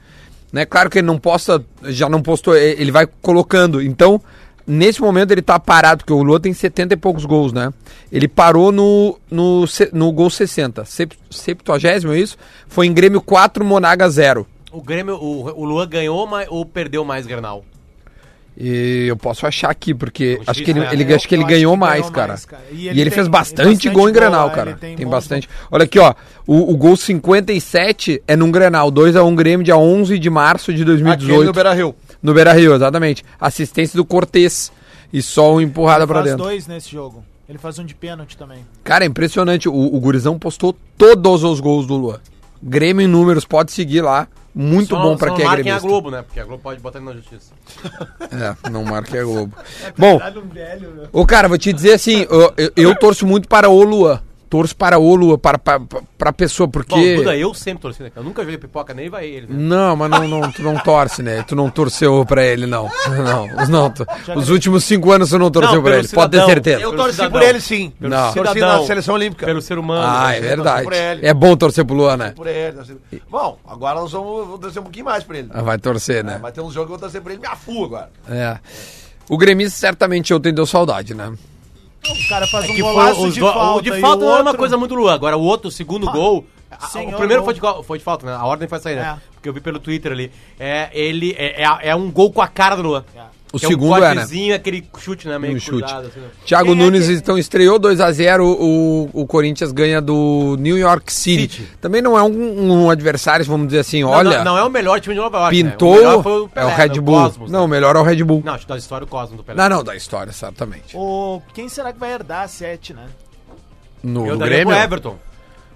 Speaker 2: Né? Claro que ele não posta, já não postou, e- ele vai colocando. Então, nesse momento ele tá parado, porque o Luan tem 70 e poucos gols, né? Ele parou no, no, se- no gol 60, sep- 70 é isso? Foi em Grêmio 4, Monaga 0.
Speaker 4: O Grêmio, o, o Luan ganhou mas, ou perdeu mais Grenal?
Speaker 2: E eu posso achar aqui, porque
Speaker 4: Difícil,
Speaker 2: acho que ele,
Speaker 4: né?
Speaker 2: ele-
Speaker 3: Eu-
Speaker 2: acho que ele
Speaker 3: eu acho
Speaker 2: ganhou
Speaker 3: que
Speaker 2: mais,
Speaker 3: ganhou
Speaker 2: cara.
Speaker 3: mais, cara.
Speaker 2: E
Speaker 3: E
Speaker 2: ele,
Speaker 3: ele tem-
Speaker 2: fez bastante,
Speaker 3: bastante
Speaker 2: gol em
Speaker 3: gol,
Speaker 2: Grenal,
Speaker 3: é,
Speaker 2: cara.
Speaker 3: ele tem
Speaker 2: Tem,
Speaker 3: bons
Speaker 2: bastante. Olha aqui, ó. O, o gol 57 é num Grenal, 2x1 Grêmio, dia 11 de março de
Speaker 5: Aquele do
Speaker 2: 2018.
Speaker 5: Beira Rio.
Speaker 2: No Beira Rio, exatamente. Assistência do Cortez. E só um empurrada pra
Speaker 3: faz
Speaker 2: dentro.
Speaker 3: dois nesse jogo. Ele faz um de pênalti também.
Speaker 2: Cara, é impressionante. O, o Gurizão postou todos os gols do Luan. Grêmio em números, pode seguir lá. Muito
Speaker 4: Só
Speaker 2: bom
Speaker 4: não-
Speaker 2: pra
Speaker 4: só
Speaker 2: quem
Speaker 4: não
Speaker 2: é
Speaker 4: marquem a
Speaker 2: gremista.
Speaker 4: Globo, né? Porque a Globo pode botar ele na justiça.
Speaker 2: É, não marque a
Speaker 3: (laughs)
Speaker 2: Globo. Bom,
Speaker 3: um velho, meu.
Speaker 2: Ô, cara, vou te dizer assim, eu, eu- eu torço muito para o Luan. Torço para o Luan, para, para, para a pessoa,
Speaker 4: Bom,
Speaker 2: porque.
Speaker 4: Duda, eu sempre torci, né? Eu nunca joguei pipoca, nem vai ele, né?
Speaker 2: Não, mas não, não, tu não torce, né? Tu não torceu pra ele, não. Não, os- não, tu- os últimos cinco anos tu não torceu
Speaker 4: Não,
Speaker 2: pra
Speaker 4: pelo
Speaker 2: ele, pode ter
Speaker 4: cidadão.
Speaker 2: certeza.
Speaker 5: Eu
Speaker 4: Pelo
Speaker 5: torci
Speaker 4: cidadão.
Speaker 5: por ele, sim.
Speaker 4: Pelo
Speaker 2: Não.
Speaker 5: Torci
Speaker 4: cidadão.
Speaker 5: na seleção olímpica.
Speaker 4: Pelo ser humano.
Speaker 2: Ah, é
Speaker 4: né?
Speaker 2: verdade.
Speaker 5: por ele.
Speaker 2: É bom torcer pro Luan, né?
Speaker 5: Torci por ele. torci por- Bom, agora nós vamos vou torcer um pouquinho mais por ele.
Speaker 2: Ah, Vai torcer,
Speaker 4: É,
Speaker 2: né?
Speaker 5: Vai ter uns jogos que eu vou torcer por ele. Me afu agora.
Speaker 2: É. O gremista certamente ontem deu saudade, né?
Speaker 3: O cara faz um
Speaker 4: É Que foi
Speaker 3: golaço
Speaker 4: os
Speaker 3: de
Speaker 4: go-
Speaker 3: falta.
Speaker 4: o de
Speaker 3: e
Speaker 4: falta não é uma
Speaker 3: outro-
Speaker 4: coisa muito lua. Agora, o outro, o segundo gol. a-
Speaker 3: senhor,
Speaker 4: o primeiro
Speaker 3: gol.
Speaker 4: foi de, go- foi de falta, né? A ordem foi sair, né?
Speaker 3: É.
Speaker 4: Porque eu vi pelo Twitter ali. É, ele, é, é, a- é um gol com a cara do Luan.
Speaker 2: O
Speaker 4: Que
Speaker 2: segundo
Speaker 4: é, um
Speaker 2: é, né?
Speaker 4: cortezinho, aquele chute, né? Meio
Speaker 2: Um
Speaker 4: um
Speaker 2: chute.
Speaker 4: assim, né?
Speaker 2: Thiago
Speaker 3: Quem é
Speaker 2: Nunes
Speaker 3: que-
Speaker 2: então estreou 2 a 0 o, o Corinthians ganha do New York City.
Speaker 4: City.
Speaker 2: Também não é um, um adversário, vamos dizer assim,
Speaker 4: Não,
Speaker 2: olha,
Speaker 4: não, não é o melhor time de Nova York. né?
Speaker 2: pintou,
Speaker 4: O melhor foi o Pelé,
Speaker 2: é o Red
Speaker 4: né?
Speaker 2: Bull.
Speaker 4: Cosmos,
Speaker 2: não,
Speaker 4: né?
Speaker 2: o melhor é o Red Bull.
Speaker 4: Não, acho que da história o Cosmos do Pelé.
Speaker 2: Não, não, da história, certamente.
Speaker 3: O... Quem será que vai herdar a 7, né?
Speaker 2: No,
Speaker 4: Eu
Speaker 2: no
Speaker 4: daria
Speaker 2: Grêmio?
Speaker 4: pro Everton.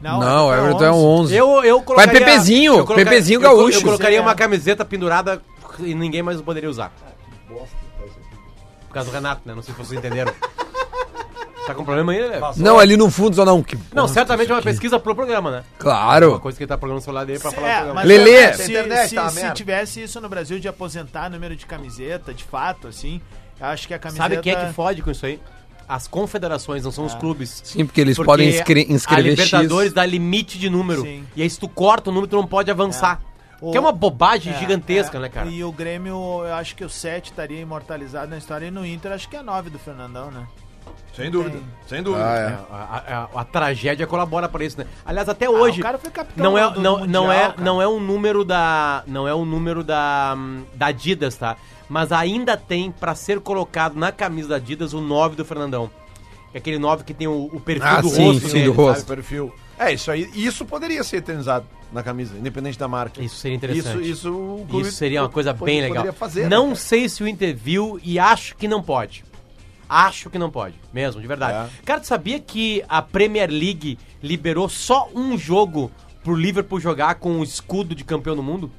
Speaker 4: né?
Speaker 2: Não, o
Speaker 3: é
Speaker 2: Everton é um 11.
Speaker 4: Eu, eu colocaria...
Speaker 2: Pepezinho,
Speaker 4: eu colocaria-
Speaker 2: Pepezinho
Speaker 4: eu co-
Speaker 2: Gaúcho.
Speaker 4: Eu colocaria
Speaker 3: Sim, é.
Speaker 4: uma camiseta pendurada e ninguém mais poderia usar.
Speaker 3: Ah, tá
Speaker 4: Por causa do Renato, né? Não sei se vocês
Speaker 3: (laughs)
Speaker 4: entenderam. tá com problema aí, né?
Speaker 2: Não, ali no fundo só não. Que...
Speaker 4: Não, certamente é uma pesquisa pro programa, né?
Speaker 2: Claro.
Speaker 4: Uma coisa que ele tá programando o celular dele pra falar do
Speaker 3: É,
Speaker 4: programa.
Speaker 3: mas
Speaker 2: Lelê.
Speaker 3: eu-
Speaker 5: Essa
Speaker 3: se,
Speaker 5: internet
Speaker 3: se-
Speaker 5: tá uma
Speaker 3: se
Speaker 5: merda.
Speaker 3: tivesse isso no Brasil de aposentar número de camiseta, de fato, assim, eu acho que a camiseta... Ah.
Speaker 4: Sabe quem é que fode com isso aí? As confederações, não são os clubes.
Speaker 2: Sim, porque eles
Speaker 4: Porque
Speaker 2: podem inscre-
Speaker 4: A
Speaker 2: inscrever X.
Speaker 4: Libertadores dá limite de número.
Speaker 3: Sim.
Speaker 4: E aí, se tu corta o número, tu não pode avançar.
Speaker 3: O-
Speaker 4: Que é uma bobagem
Speaker 3: É,
Speaker 4: gigantesca,
Speaker 3: é.
Speaker 4: né, cara?
Speaker 3: E o Grêmio, eu acho que o 7 estaria imortalizado na história. E no Inter, acho que é 9 do Fernandão, né?
Speaker 5: Sem dúvida. Sem dúvida.
Speaker 2: é- Ah,
Speaker 4: É,
Speaker 2: é.
Speaker 4: a, a- a tragédia colabora para isso, né? Aliás, até hoje.
Speaker 3: Ah, o cara foi capitão
Speaker 4: não é,
Speaker 3: do- do
Speaker 4: não, não
Speaker 3: Mundial,
Speaker 4: é,
Speaker 3: cara.
Speaker 4: não é um número da, não é um número da hum, da Adidas, tá? Mas ainda tem pra ser colocado na camisa da Adidas o 9 do Fernandão. É aquele 9 que tem o, o perfil
Speaker 2: Ah,
Speaker 4: do
Speaker 2: sim,
Speaker 4: rosto
Speaker 2: sim,
Speaker 4: dele,
Speaker 2: do
Speaker 4: sabe?
Speaker 2: rosto.
Speaker 5: Perfil. É, isso aí. Isso poderia ser eternizado. na camisa, independente da marca.
Speaker 4: Isso seria interessante.
Speaker 5: Isso, isso, o um clube
Speaker 4: Isso seria uma coisa
Speaker 5: pode-
Speaker 4: bem legal.
Speaker 5: poderia fazer, né,
Speaker 4: não
Speaker 5: cara?
Speaker 4: sei se o Inter viu e acho que não pode. Acho que não pode, mesmo, de verdade.
Speaker 5: É.
Speaker 4: Cara, tu sabia que a Premier League liberou só um jogo pro Liverpool jogar com o escudo de campeão do mundo?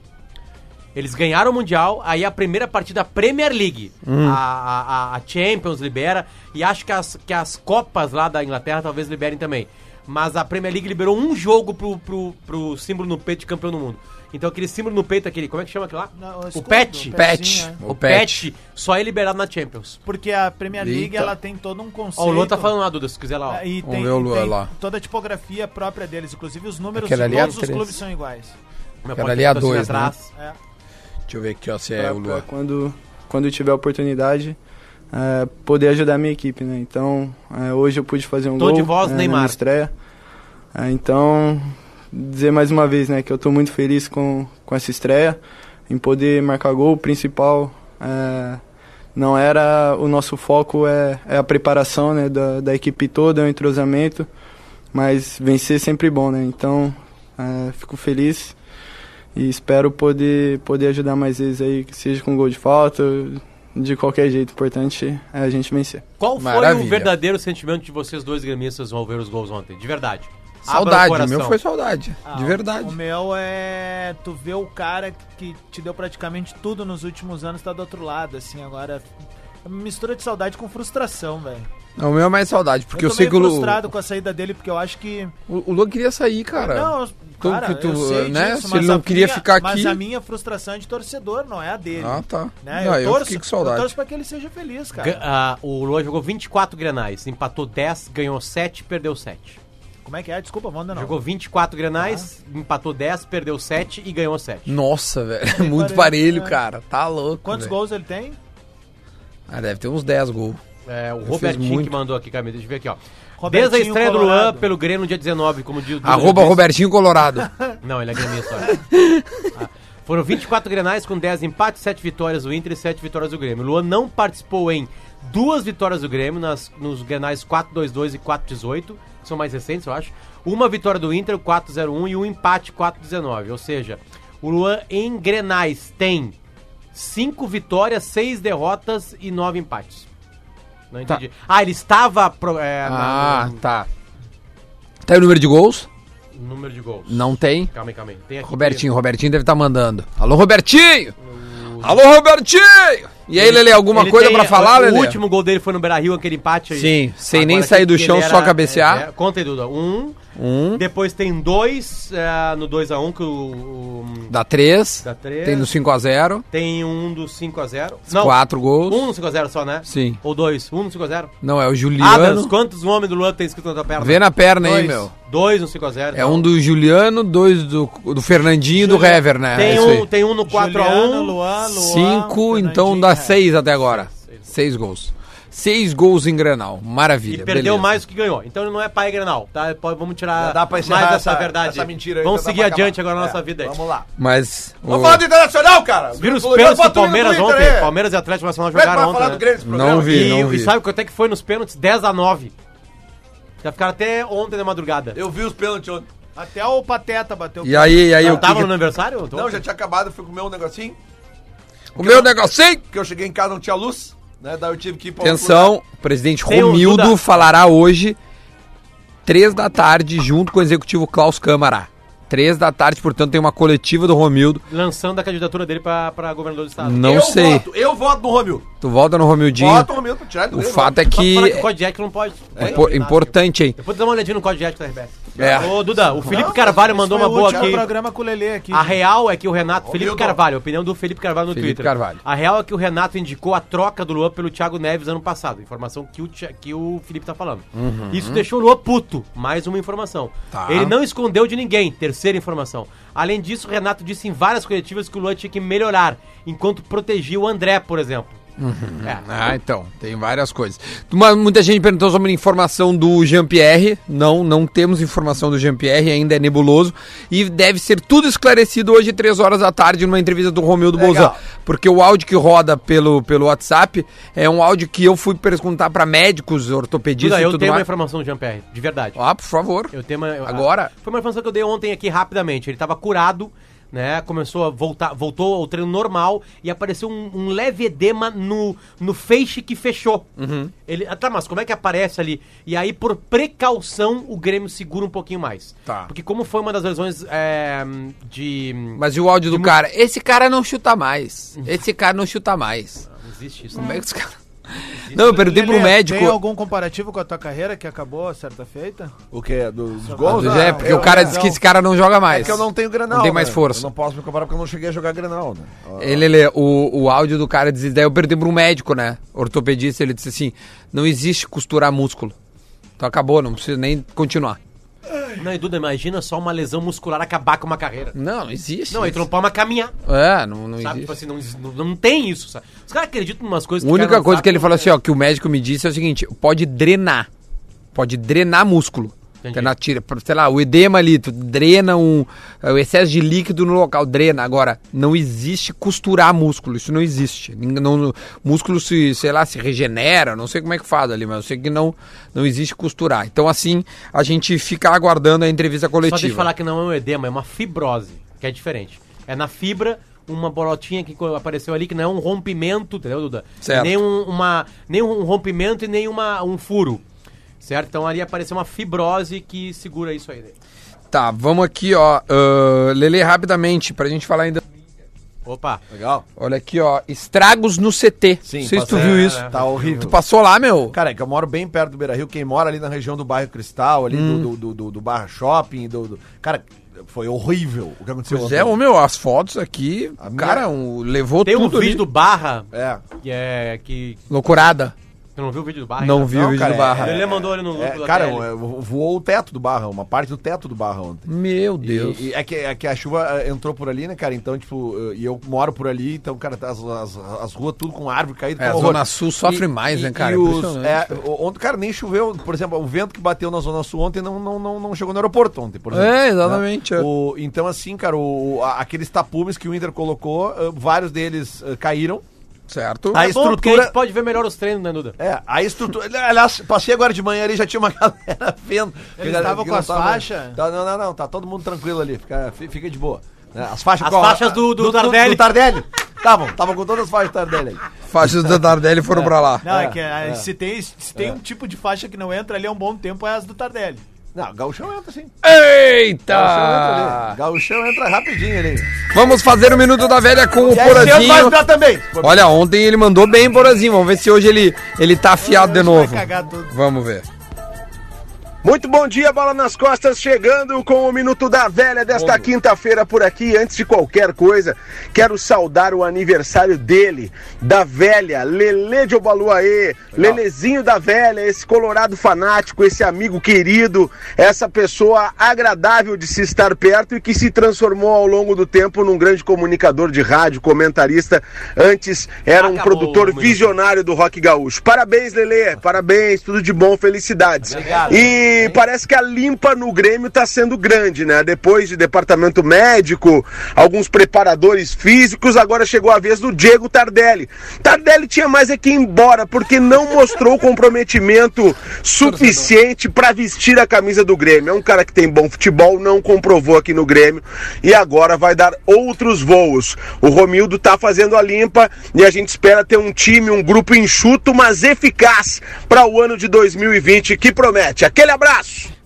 Speaker 4: Eles ganharam o Mundial, aí a primeira partida a Premier League.
Speaker 2: Hum.
Speaker 4: A, a- a- a Champions libera, e acho que as, que as Copas lá da Inglaterra talvez liberem também. Mas a Premier League liberou um jogo pro, pro, pro símbolo no peito de campeão do mundo. Então aquele símbolo no peito, aquele, como é que chama aquilo lá?
Speaker 3: Não,
Speaker 4: o
Speaker 3: escudo,
Speaker 4: pet.
Speaker 3: o
Speaker 2: Pet.
Speaker 3: né?
Speaker 4: O pet. só é liberado na Champions.
Speaker 3: Porque a Premier League,
Speaker 2: Eita.
Speaker 3: ela tem todo um conceito.
Speaker 4: Ó, o Lô tá falando lá, Duda, se quiser lá. ó.
Speaker 3: Ah, E
Speaker 2: Vamos
Speaker 3: tem,
Speaker 2: ver o Lua
Speaker 3: tem
Speaker 2: lá.
Speaker 3: toda a tipografia própria deles. Inclusive, os números de
Speaker 2: Aquela ali é a
Speaker 3: todos os
Speaker 2: três.
Speaker 3: clubes são iguais.
Speaker 4: Meu
Speaker 2: cara,
Speaker 4: pode
Speaker 2: ali é a
Speaker 4: ter torcida
Speaker 2: dois, né?
Speaker 3: É.
Speaker 2: Deixa eu ver aqui, ó, se
Speaker 7: pra-
Speaker 2: é o
Speaker 7: pra
Speaker 2: Luan.
Speaker 7: quando, quando eu tiver a oportunidade, eh, poder ajudar a minha equipe, né? Então, eh, hoje eu pude fazer um
Speaker 4: Tom
Speaker 7: gol
Speaker 4: de voz,
Speaker 7: eh, na
Speaker 4: Neymar.
Speaker 7: minha estreia. Eh, então, dizer mais uma vez, né, que eu estou muito feliz com, com essa estreia, em poder marcar gol. O principal eh, não era o nosso foco é, é a preparação, né, da, da equipe toda, é o entrosamento, mas vencer é sempre bom, né? Então, eh, fico feliz e espero poder, poder ajudar mais eles aí, que seja com gol de falta, de qualquer jeito. O importante é a gente vencer.
Speaker 4: Qual foi
Speaker 2: Maravilha.
Speaker 4: o verdadeiro sentimento de vocês dois gremistas ao ver os gols ontem? De verdade. Abra
Speaker 2: Saudade, o
Speaker 4: coração.
Speaker 2: meu foi saudade.
Speaker 3: Ah,
Speaker 2: de verdade.
Speaker 3: O meu é. Tu vê o cara que te deu praticamente tudo nos últimos anos, tá do outro lado, assim, agora. é uma Mistura de saudade com frustração, velho.
Speaker 2: Não, o meu é mais saudade, porque eu,
Speaker 3: tô
Speaker 2: sei
Speaker 3: meio
Speaker 2: que o Lu-
Speaker 3: frustrado com a saída dele, porque eu acho que.
Speaker 2: o, o Luan queria sair, cara.
Speaker 3: não,
Speaker 2: tu-
Speaker 3: cara,
Speaker 2: que tu,
Speaker 3: eu sei
Speaker 2: né,
Speaker 3: disso,
Speaker 2: se ele
Speaker 3: mas
Speaker 2: não
Speaker 3: a
Speaker 2: queria
Speaker 3: minha-
Speaker 2: ficar
Speaker 3: Mas
Speaker 2: aqui-
Speaker 3: a minha frustração é de torcedor, não é a dele.
Speaker 2: Ah, tá.
Speaker 3: Né?
Speaker 2: Não,
Speaker 3: eu,
Speaker 2: eu
Speaker 3: torço,
Speaker 2: fiquei com
Speaker 3: eu
Speaker 2: saudade.
Speaker 3: torço pra que ele seja feliz,
Speaker 4: Ga-
Speaker 3: cara.
Speaker 4: ah, o Luan jogou 24 grenais, empatou 10, ganhou 7, perdeu 7.
Speaker 3: Como é que é? Desculpa, Wanda, não. Tá.
Speaker 4: Jogou 24 grenais, empatou 10, perdeu 7 e ganhou 7.
Speaker 3: Hum.
Speaker 2: Nossa, velho. é Muito
Speaker 3: parecido,
Speaker 2: parelho,
Speaker 3: né?
Speaker 2: cara. Tá louco.
Speaker 3: Quantos
Speaker 2: velho.
Speaker 3: gols ele tem?
Speaker 2: Ah, deve ter uns 10 gols.
Speaker 4: É, o
Speaker 2: fiz
Speaker 4: Robertinho que
Speaker 2: muito.
Speaker 4: mandou aqui, Camila. Deixa eu ver aqui, ó.
Speaker 3: Robertinho
Speaker 4: Desde a estreia do Luan
Speaker 3: Colorado.
Speaker 4: pelo Grêmio no dia 19, como diz o Duda,
Speaker 2: Arroba
Speaker 4: ele disse-
Speaker 2: Robertinho Colorado.
Speaker 4: (laughs) Não, ele é gremista. olha. Ah, Foram 24 grenais com 10 empates, 7 vitórias do Inter e 7 vitórias do Grêmio. O Luan não participou em duas vitórias do Grêmio, nas, nos grenais 4-2-2 e 4-18, que são mais recentes, eu acho. Uma vitória do Inter, 4-0-1 e um empate, 4-19. Ou seja, o Luan em grenais tem 5 vitórias, 6 derrotas e 9 empates. Não entendi. Ah, ele estava pro- é, na-
Speaker 2: Tá. ah, tá. Tem o número de gols?
Speaker 4: no número de gols.
Speaker 2: Não tem.
Speaker 4: Calma aí, calma aí. Tem aqui
Speaker 2: Robertinho, Robertinho deve estar mandando. Alô, Robertinho! Alô, Robertinho! E aí, Lele, alguma
Speaker 4: Ele
Speaker 2: coisa
Speaker 4: tem-
Speaker 2: pra falar,
Speaker 4: o,
Speaker 2: Lele?
Speaker 4: O último gol dele foi no Beira Rio, aquele empate aí.
Speaker 2: Sim, sem nem
Speaker 4: que-
Speaker 2: sair do
Speaker 4: que
Speaker 2: chão,
Speaker 4: ele
Speaker 2: só cabecear.
Speaker 4: é, é, conta aí, Duda. Um.
Speaker 2: Um,
Speaker 4: Depois tem dois é, no 2x1, que o. o-
Speaker 2: dá três.
Speaker 4: Dá três.
Speaker 2: Tem no 5x0.
Speaker 4: Tem um do 5x0. Não,
Speaker 2: Quatro gols.
Speaker 4: um no 5x0 só, né?
Speaker 2: Sim.
Speaker 4: Ou dois. Um no 5x0.
Speaker 2: Não, é o Juliano.
Speaker 4: Adams, quantos homens do Luan tem escrito na tua perna?
Speaker 2: Vê na perna aí,
Speaker 4: dois,
Speaker 2: meu.
Speaker 4: Dois no 5x0.
Speaker 2: É um do Juliano, dois do, do Fernandinho e do Hever, né? É
Speaker 4: Tem
Speaker 2: isso aí.
Speaker 4: um, tem um no 4x1.
Speaker 3: Luan,
Speaker 2: Cinco, então
Speaker 3: Fernandinho,
Speaker 2: dá
Speaker 3: é.
Speaker 2: seis até agora. Seis gols. Seis gols em Grenal.
Speaker 4: E
Speaker 2: Maravilha.
Speaker 4: perdeu
Speaker 2: beleza.
Speaker 4: mais do que ganhou. Então ele não é pai Grenal, tá? Pode- Vamos tirar
Speaker 5: Dá pra
Speaker 4: mais
Speaker 5: encerrar
Speaker 4: essa,
Speaker 5: essa-
Speaker 4: verdade.
Speaker 5: essa mentira aí,
Speaker 4: Vamos
Speaker 5: então dá
Speaker 4: seguir
Speaker 5: pra acabar.
Speaker 4: adiante agora na nossa
Speaker 5: É,
Speaker 4: vida aí.
Speaker 5: Vamos lá.
Speaker 2: Mas. o-
Speaker 5: Vamos falar do Internacional, cara.
Speaker 4: Viram os
Speaker 5: Colorado,
Speaker 4: pênaltis do
Speaker 5: bota o
Speaker 4: Palmeiras
Speaker 5: Inter
Speaker 4: ontem?
Speaker 5: aí.
Speaker 4: Palmeiras e Atlético Nacional
Speaker 5: Como é que vai
Speaker 4: jogaram
Speaker 5: falar do
Speaker 4: ontem.
Speaker 5: Grêmio
Speaker 4: né?
Speaker 5: esse programa?
Speaker 2: Não vi.
Speaker 4: E, e
Speaker 2: vi.
Speaker 4: sabe quanto é que foi nos pênaltis? 10 a 9. Já ficaram até ontem na madrugada.
Speaker 5: Eu vi os pênaltis ontem.
Speaker 3: Até o Pateta bateu.
Speaker 2: E aí, e aí,
Speaker 4: Eu
Speaker 2: o, que
Speaker 4: tava
Speaker 2: que-
Speaker 4: no aniversário? ontem?
Speaker 5: Não, já tinha acabado, eu fui comer um negocinho,
Speaker 2: é? o meu negocinho.
Speaker 5: porque eu cheguei em casa, não tinha luz, né? Daí eu tive que ir pra
Speaker 2: Atenção, o presidente
Speaker 4: Tem o
Speaker 2: Romildo
Speaker 4: Duda.
Speaker 2: falará hoje, três da tarde, junto com o executivo Klaus Câmara. Três da tarde, portanto, tem uma coletiva do Romildo.
Speaker 4: Lançando a candidatura dele pra, pra governador do estado.
Speaker 2: Não
Speaker 5: eu
Speaker 2: sei.
Speaker 5: Voto, eu voto no Romil.
Speaker 2: Tu volta no Romildinho.
Speaker 5: Voto no Romil pra tirar ele do
Speaker 2: O
Speaker 5: Grêmio.
Speaker 2: fato é
Speaker 4: Só
Speaker 2: que.
Speaker 4: falar que o código de ética não pode.
Speaker 2: é impor- importante, hein?
Speaker 4: Depois dá uma olhadinha no código de ética da RBS.
Speaker 2: É.
Speaker 4: Ô, Duda, o Felipe
Speaker 3: Não,
Speaker 4: Carvalho
Speaker 3: esse
Speaker 4: mandou
Speaker 3: foi
Speaker 4: uma
Speaker 3: o
Speaker 4: boa
Speaker 3: último
Speaker 5: é
Speaker 4: aqui.
Speaker 3: programa com o Lelê aqui.
Speaker 4: A real é que o Renato. Felipe
Speaker 5: Milton.
Speaker 4: Carvalho, opinião do Felipe Carvalho no
Speaker 2: Felipe
Speaker 4: Twitter.
Speaker 2: Carvalho.
Speaker 4: A real é que o Renato indicou a troca do Luan pelo Thiago Neves ano passado. Informação que o, Thi- que o Felipe tá falando.
Speaker 2: Uhum.
Speaker 4: Isso deixou o Luan puto. Mais uma informação.
Speaker 2: Tá.
Speaker 4: Ele não escondeu de ninguém. Terceira informação. Além disso, o Renato disse em várias coletivas que o Luan tinha que melhorar, enquanto protegia o André, por exemplo.
Speaker 2: Ah, então, tem várias coisas. Mas muita gente perguntou sobre informação do Jean-Pierre. Não, não temos informação do Jean-Pierre, ainda é nebuloso. E deve ser tudo esclarecido hoje, três horas da tarde, numa entrevista do Romildo Bolzan. Porque o áudio que roda pelo, pelo WhatsApp é um áudio que eu fui perguntar pra médicos, ortopedistas
Speaker 4: Duda,
Speaker 2: e
Speaker 4: eu
Speaker 2: tudo
Speaker 4: tenho uma
Speaker 2: mais.
Speaker 4: informação do Jean-Pierre, de verdade.
Speaker 2: Ah, por favor.
Speaker 4: Eu tenho uma-
Speaker 2: Agora?
Speaker 4: a- foi uma informação que eu dei ontem aqui rapidamente. Ele tava curado, né? Começou a voltar, voltou ao treino normal e apareceu um, um leve edema no, no feixe que fechou.
Speaker 2: Uhum.
Speaker 4: Ele, ah, tá, mas como é que aparece ali? E aí, por precaução, o Grêmio segura um pouquinho mais.
Speaker 2: Tá.
Speaker 4: Porque como foi uma das lesões é, de.
Speaker 2: Mas e o áudio do cara? Esse cara não chuta mais. Esse cara não chuta mais.
Speaker 4: Não existe isso.
Speaker 2: Como é que esse cara... Não, eu perguntei pro
Speaker 3: Lelê, é Tem
Speaker 2: médico.
Speaker 3: algum comparativo com a tua carreira que acabou a certa feita?
Speaker 5: O que? Dos
Speaker 2: Ah,
Speaker 5: gols?
Speaker 2: é,
Speaker 5: Ah,
Speaker 2: porque
Speaker 5: eu-
Speaker 2: o cara disse que esse cara não joga mais.
Speaker 5: É que eu não tenho granal.
Speaker 2: Não tem mais
Speaker 5: né?
Speaker 2: força.
Speaker 5: Eu não posso me comparar porque eu não cheguei a jogar granal, né?
Speaker 2: Ele, ele- o, o áudio do cara diz, daí eu perguntei pra um médico, né? Ortopedista, ele disse assim: não existe costurar músculo. Então acabou, não precisa nem continuar.
Speaker 4: Não, e Duda, imagina só uma lesão muscular acabar com uma carreira.
Speaker 2: Não, não existe.
Speaker 4: Não, ele trompar uma caminhar.
Speaker 2: É, não, não existe.
Speaker 4: Sabe? Tipo assim, não, não, não tem isso, sabe? Os caras acreditam em umas coisas
Speaker 2: A única coisa que ele falou
Speaker 4: falou
Speaker 2: assim, ó, que o médico me disse é o seguinte: pode drenar. Pode drenar músculo.
Speaker 4: Entendi.
Speaker 2: Que na tira, por- sei lá, o edema ali, tu drena um. é, O excesso de líquido no local, drena. Agora, não existe costurar músculo, isso não existe. Ning- Não, músculo se, sei lá, se regenera, não sei como é que faz ali, mas eu sei que não, não existe costurar. Então, assim, a gente fica aguardando a entrevista
Speaker 4: Só
Speaker 2: coletiva.
Speaker 4: deixa eu falar que não é um edema, é uma fibrose, que é diferente. É na fibra, uma bolotinha que co- apareceu ali, que não é um rompimento, entendeu, Duda?
Speaker 2: Certo.
Speaker 4: Nem um, uma, nem um rompimento e nem uma, um furo. Certo? Então ali apareceu uma fibrose que segura isso aí. né?
Speaker 2: Tá, vamos aqui, ó. ah, Lele, rapidamente, pra gente falar ainda.
Speaker 4: Opa.
Speaker 5: Legal.
Speaker 2: Olha aqui, ó. Estragos no CT. não sei se tu
Speaker 5: passei-
Speaker 2: viu isso.
Speaker 5: Tá horrível.
Speaker 2: Tu passou lá, meu?
Speaker 5: Cara, é que eu moro bem perto do Beira Rio. Quem mora ali na região do bairro Cristal, ali
Speaker 2: Hum.
Speaker 5: do, do, do, do- do Barra Shopping, do, do- Cara, foi horrível o que aconteceu.
Speaker 2: Pois
Speaker 5: ontem.
Speaker 2: é, ô meu, as fotos aqui,
Speaker 5: A minha-
Speaker 2: cara, um, levou
Speaker 4: Tem um
Speaker 2: tudo
Speaker 4: vídeo
Speaker 2: ali.
Speaker 4: do Barra,
Speaker 5: É.
Speaker 4: que é. Que,
Speaker 2: Loucurada.
Speaker 4: tu não viu o vídeo do Barra?
Speaker 2: Não
Speaker 4: ainda?
Speaker 2: vi o
Speaker 5: Não,
Speaker 2: vídeo
Speaker 5: cara,
Speaker 2: do Barra.
Speaker 4: Ele mandou ele no grupo
Speaker 5: É,
Speaker 4: da
Speaker 5: cara,
Speaker 4: TL.
Speaker 5: é, vo- voou o teto do Barra, uma parte do teto do Barra ontem.
Speaker 2: Meu
Speaker 5: E-
Speaker 2: Deus.
Speaker 5: E, é, que, é que a chuva eh, entrou por ali, né, cara? Então, tipo, eh, e eu moro por ali, então, cara, tá as, as, as ruas tudo com árvore caída.
Speaker 2: É,
Speaker 5: tá
Speaker 2: a
Speaker 5: horror.
Speaker 2: Zona Sul sofre
Speaker 5: E-
Speaker 2: mais,
Speaker 5: e-
Speaker 2: né, cara?
Speaker 5: E
Speaker 2: É
Speaker 5: os,
Speaker 2: impressionante,
Speaker 5: é, o- ontem, cara, nem choveu. Por exemplo, o vento que bateu na Zona Sul ontem não, não, não, não chegou no aeroporto ontem, por exemplo.
Speaker 2: É, exatamente,
Speaker 5: né?
Speaker 2: é.
Speaker 5: O- então, assim, cara, o, a- aqueles tapumes que o Inter colocou, eh, vários deles eh, caíram.
Speaker 2: Certo?
Speaker 5: a
Speaker 4: É bom, porque
Speaker 5: estrutura-
Speaker 4: a gente pode ver melhor os treinos, né, Duda?
Speaker 5: É, a estrutura. (laughs) Aliás, passei agora de manhã ali já tinha uma (laughs) galera vendo.
Speaker 3: Eles
Speaker 5: Galera
Speaker 3: estavam
Speaker 5: que
Speaker 3: com
Speaker 5: não
Speaker 3: as
Speaker 5: tava-
Speaker 3: faixas?
Speaker 5: Tá, não, não, não. Tá todo mundo tranquilo ali. Fica, fi- fica de boa. né? As faixas
Speaker 4: As faixas do- do Tardelli.
Speaker 5: Do Tardelli. Estavam, estavam com todas as faixas do Tardelli ali.
Speaker 2: Faixas da Tardelli foram pra lá.
Speaker 3: Não, é,
Speaker 5: É,
Speaker 3: que ah, se tem, se
Speaker 4: É.
Speaker 3: tem um tipo de faixa que não entra ali há um bom tempo, é as
Speaker 4: (laughs)
Speaker 3: do Tardelli.
Speaker 5: Não, Gauchão entra sim. Gauchão
Speaker 2: Ah.
Speaker 5: entra ali.
Speaker 2: Eita!
Speaker 5: Gauchão entra rapidinho ali.
Speaker 2: Vamos fazer o Minuto da Velha com o
Speaker 5: Esse vai
Speaker 2: Porazinho.
Speaker 5: entrar também.
Speaker 2: Olha, ontem ele mandou bem, Porazinho. Vamos ver se hoje ele, ele tá afiado de
Speaker 3: Vai
Speaker 2: novo.
Speaker 3: cagar tudo.
Speaker 2: Vamos ver.
Speaker 8: Muito bom dia, Bola nas Costas, chegando com o Minuto da Velha desta quinta-feira por aqui. Antes de qualquer coisa, quero saudar o aniversário dele, da velha, Lele de Obaluaê, Lelezinho da Velha, esse colorado fanático, esse amigo querido, essa pessoa agradável de se estar perto e que se transformou ao longo do tempo num grande comunicador de rádio, comentarista. Antes era um
Speaker 4: Acabou,
Speaker 8: produtor
Speaker 4: Minuto.
Speaker 8: visionário do rock gaúcho. Parabéns, Lele, parabéns, tudo de bom, felicidades.
Speaker 4: Obrigado.
Speaker 8: E parece que a limpa no Grêmio tá sendo grande, né? Depois de departamento médico, alguns preparadores físicos, agora chegou a vez do Diego Tardelli. Tardelli tinha mais é que ir embora, porque não mostrou comprometimento suficiente para vestir a camisa do Grêmio. É um cara que tem bom futebol, não comprovou aqui no Grêmio e agora vai dar outros voos. O Romildo tá fazendo a limpa e a gente espera ter um time, um grupo enxuto, mas eficaz para o ano de 2020 que promete. Aquele abraço!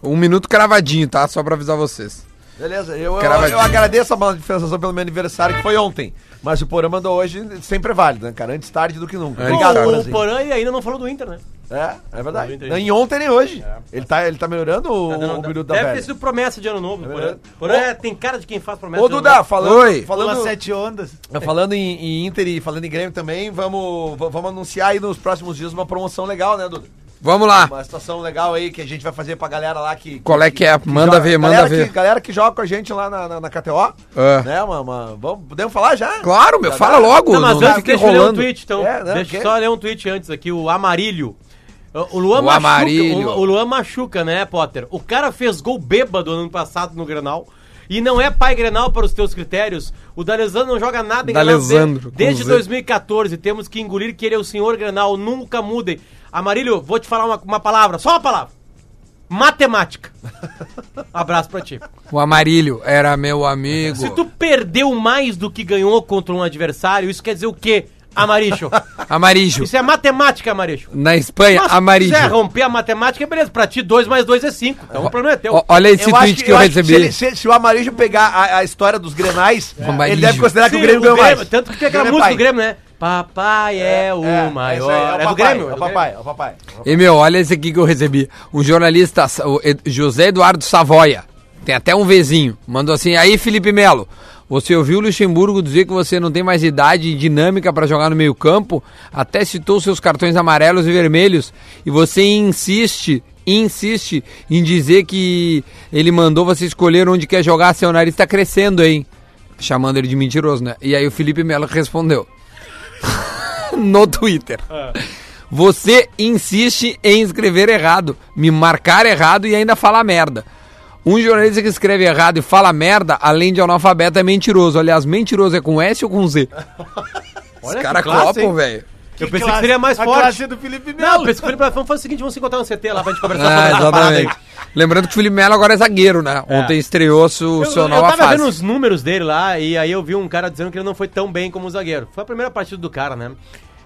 Speaker 2: Um minuto cravadinho, tá? Só pra avisar vocês.
Speaker 5: Beleza, eu, eu,
Speaker 2: Cravadinho.
Speaker 5: eu agradeço a manifestação pelo meu aniversário que foi ontem. Mas o Porã mandou hoje sempre é válido, né, cara? Antes tarde do que nunca.
Speaker 2: Antes
Speaker 4: Obrigado,
Speaker 2: Obrigado,
Speaker 4: o,
Speaker 5: Porazinho.
Speaker 4: o Porã ainda não falou do Inter, né?
Speaker 5: É, é verdade.
Speaker 4: Muito
Speaker 5: Nem ontem nem hoje. Ele, tá, ele tá melhorando o,
Speaker 4: É. Não, não,
Speaker 5: o
Speaker 4: deve
Speaker 5: minuto da velha.
Speaker 4: ter sido promessa de ano novo, Porã.
Speaker 5: verdade.
Speaker 4: Porã é- tem cara de quem faz promessa
Speaker 5: Ô,
Speaker 4: de ano
Speaker 5: Duda,
Speaker 4: novo.
Speaker 5: falando,
Speaker 2: Oi.
Speaker 3: Pula
Speaker 5: falando,
Speaker 3: sete ondas.
Speaker 5: (laughs) falando em, em Inter e falando em Grêmio também, vamos, va- vamos anunciar aí nos próximos dias uma promoção legal, né, Duda?
Speaker 2: Vamos lá.
Speaker 5: Uma situação legal aí que a gente vai fazer pra galera lá que.
Speaker 2: Qual é que é? Manda
Speaker 5: joga-
Speaker 2: ver,
Speaker 5: galera
Speaker 2: manda ver.
Speaker 5: Que, galera que joga com a gente lá na, na, na KTO.
Speaker 2: É.
Speaker 5: Né, uma, uma- vamos, podemos falar já?
Speaker 2: Claro, meu, fala logo.
Speaker 4: Não, mas
Speaker 2: não
Speaker 4: antes,
Speaker 2: fica
Speaker 4: deixa eu ler um
Speaker 2: enrolando.
Speaker 4: tweet, então.
Speaker 5: É, não,
Speaker 4: deixa eu
Speaker 5: quê?
Speaker 4: só ler um tweet antes aqui, o Amarilho. O- O Luan,
Speaker 2: O
Speaker 4: machuca,
Speaker 2: Amarilho.
Speaker 4: O, o Luan machuca, né, Potter? O cara fez gol bêbado ano passado no Grenal. E não é pai Grenal para os teus critérios. O D'Alessandro não joga nada em
Speaker 2: D'Alessandro,
Speaker 4: Grenal.
Speaker 2: com
Speaker 4: Desde
Speaker 2: Z.
Speaker 4: 2014 temos que engolir que ele é o senhor Grenal. Nunca mudem. Amarilho, vou te falar uma, uma palavra, só uma palavra.
Speaker 2: (laughs)
Speaker 4: Matemática. Abraço pra ti.
Speaker 2: O Amarilho era meu amigo.
Speaker 4: Se tu perdeu mais do que ganhou contra um adversário, isso quer dizer o quê,
Speaker 2: (laughs)
Speaker 4: Amarillo?
Speaker 2: Amarillo.
Speaker 4: Isso é matemática, Amarillo.
Speaker 2: Na Espanha,
Speaker 4: Mas
Speaker 2: Amarillo.
Speaker 4: Se quiser romper a matemática, beleza. Pra ti, 2 mais 2 é 5. Então o problema é teu.
Speaker 2: Ó, olha esse
Speaker 5: Eu acho
Speaker 2: tweet que, eu
Speaker 5: acho se,
Speaker 2: recebi.
Speaker 5: ele- se- se o Amarillo pegar a, a história dos grenais,
Speaker 2: Amarillo.
Speaker 5: ele deve considerar que
Speaker 4: Sim,
Speaker 5: o Grêmio ganhou mais.
Speaker 4: Tanto que tem
Speaker 5: O
Speaker 4: aquela
Speaker 5: Grêmio é
Speaker 4: música
Speaker 5: pai.
Speaker 4: do Grêmio, né? Papai é, o
Speaker 5: É,
Speaker 4: maior.
Speaker 5: essa aí,
Speaker 4: É,
Speaker 5: o
Speaker 4: do
Speaker 5: papai,
Speaker 4: Grêmio.
Speaker 5: É
Speaker 4: é
Speaker 5: o
Speaker 4: do
Speaker 5: papai, é o papai.
Speaker 2: E, meu, olha esse aqui que eu recebi. O jornalista o Ed- José Eduardo Savoia, tem até um vizinho, mandou assim: aí, Felipe Melo. Você ouviu o Luxemburgo dizer que você não tem mais idade e dinâmica para jogar no meio-campo? Até citou seus cartões amarelos e vermelhos. E você insiste, insiste em dizer que ele mandou você escolher onde quer jogar, seu nariz está crescendo, hein? Chamando ele de mentiroso, né? E aí o Felipe Melo respondeu (laughs) no Twitter. Você insiste em escrever errado, me marcar errado e ainda falar merda. Um jornalista que escreve errado e fala merda, além de analfabeto, é mentiroso. Aliás, mentiroso é com S ou com Z? Os
Speaker 4: que
Speaker 2: caras
Speaker 4: classe,
Speaker 2: copam,
Speaker 4: hein?
Speaker 2: velho.
Speaker 4: Eu pensei que seria mais
Speaker 3: a
Speaker 4: forte.
Speaker 3: classe do Felipe
Speaker 4: Não, eu
Speaker 3: Melo.
Speaker 4: pensei que o Felipe Melo faz o seguinte: vamos se encontrar no CT lá pra gente conversar (laughs)
Speaker 2: Ah,
Speaker 4: (laughs) essa parada aí.
Speaker 2: exatamente. Lembrando que o Felipe Melo agora é zagueiro, né? Ontem estreou su,
Speaker 4: Eu,
Speaker 2: sua
Speaker 4: eu
Speaker 2: nova
Speaker 4: tava
Speaker 2: fase.
Speaker 4: vendo os números dele lá e aí eu vi um cara dizendo que ele não foi tão bem como o zagueiro. Foi a primeira partida do cara, né?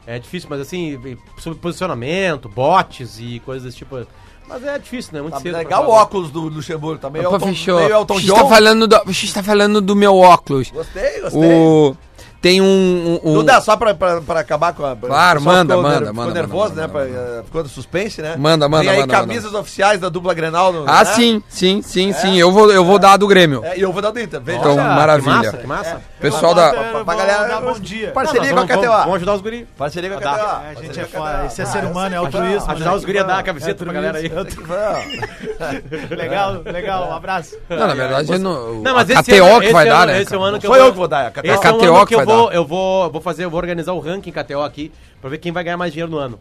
Speaker 4: É difícil, mas assim, sobre posicionamento, botes e coisas desse tipo. Mas é difícil, né? Muito
Speaker 5: Tá
Speaker 4: cedo. pra
Speaker 5: legal o
Speaker 4: falar.
Speaker 5: óculos do Luxemburgo também.
Speaker 2: Opa, fechou.
Speaker 5: meio Elton
Speaker 2: Vocês tá
Speaker 5: John.
Speaker 2: falando do, vocês tá falando do meu óculos.
Speaker 5: Gostei, gostei.
Speaker 2: O, tem um... um, um-
Speaker 5: Duda, só pra, pra, pra acabar com a.
Speaker 2: Claro,
Speaker 5: o pessoal
Speaker 2: manda,
Speaker 5: ficou ner-
Speaker 2: manda,
Speaker 5: ficou
Speaker 2: manda,
Speaker 5: nervoso,
Speaker 2: manda,
Speaker 5: né?
Speaker 2: manda,
Speaker 5: pra- eh, Ficou no suspense, né?
Speaker 2: Manda, manda,
Speaker 5: Tem aí
Speaker 2: manda,
Speaker 5: camisas oficiais da dupla Grenal. No,
Speaker 2: Ah,
Speaker 5: né?
Speaker 2: sim, sim, sim,
Speaker 4: É.
Speaker 2: sim. Eu vou, eu vou dar a do Grêmio.
Speaker 5: É, E eu vou dar do Inter. Veja.
Speaker 2: Então,
Speaker 5: só.
Speaker 4: Que
Speaker 2: maravilha.
Speaker 4: massa, que massa.
Speaker 2: Pessoal
Speaker 3: Eu
Speaker 2: da.
Speaker 3: boto-
Speaker 5: Pra,
Speaker 3: vou
Speaker 5: pra galera.
Speaker 3: dar bom dia.
Speaker 5: Parceria
Speaker 4: Não, nós
Speaker 5: com É. a
Speaker 4: vamos- Vamos,
Speaker 5: KTO.
Speaker 4: vamos ajudar os guri.
Speaker 5: Parceria com a
Speaker 4: Dá.
Speaker 5: KTO.
Speaker 3: É, a gente
Speaker 5: Parceria com
Speaker 3: é
Speaker 5: a KTO.
Speaker 3: foda. Esse é
Speaker 5: Ah,
Speaker 3: ser
Speaker 5: eu
Speaker 3: humano,
Speaker 5: sei
Speaker 3: é
Speaker 5: que vai.
Speaker 3: altruísmo.
Speaker 4: Ajudar os guri a dar a
Speaker 3: É,
Speaker 4: camiseta pra galera aí.
Speaker 5: Eu sei que vai.
Speaker 3: Legal, legal. Um abraço.
Speaker 2: Não, na verdade, não,
Speaker 4: Não, mas
Speaker 2: a
Speaker 4: esse
Speaker 2: KTO
Speaker 4: ano-
Speaker 2: que
Speaker 4: esse
Speaker 2: vai
Speaker 4: ano-
Speaker 2: dar, né?
Speaker 4: Esse é o ano que
Speaker 5: Sou eu que vou dar, a KTO.
Speaker 4: Esse é o
Speaker 2: KTO
Speaker 4: ano que
Speaker 2: que
Speaker 4: eu
Speaker 2: vai
Speaker 4: vou, eu vou, vou fazer, eu vou organizar o ranking KTO aqui pra ver quem vai ganhar mais dinheiro no ano.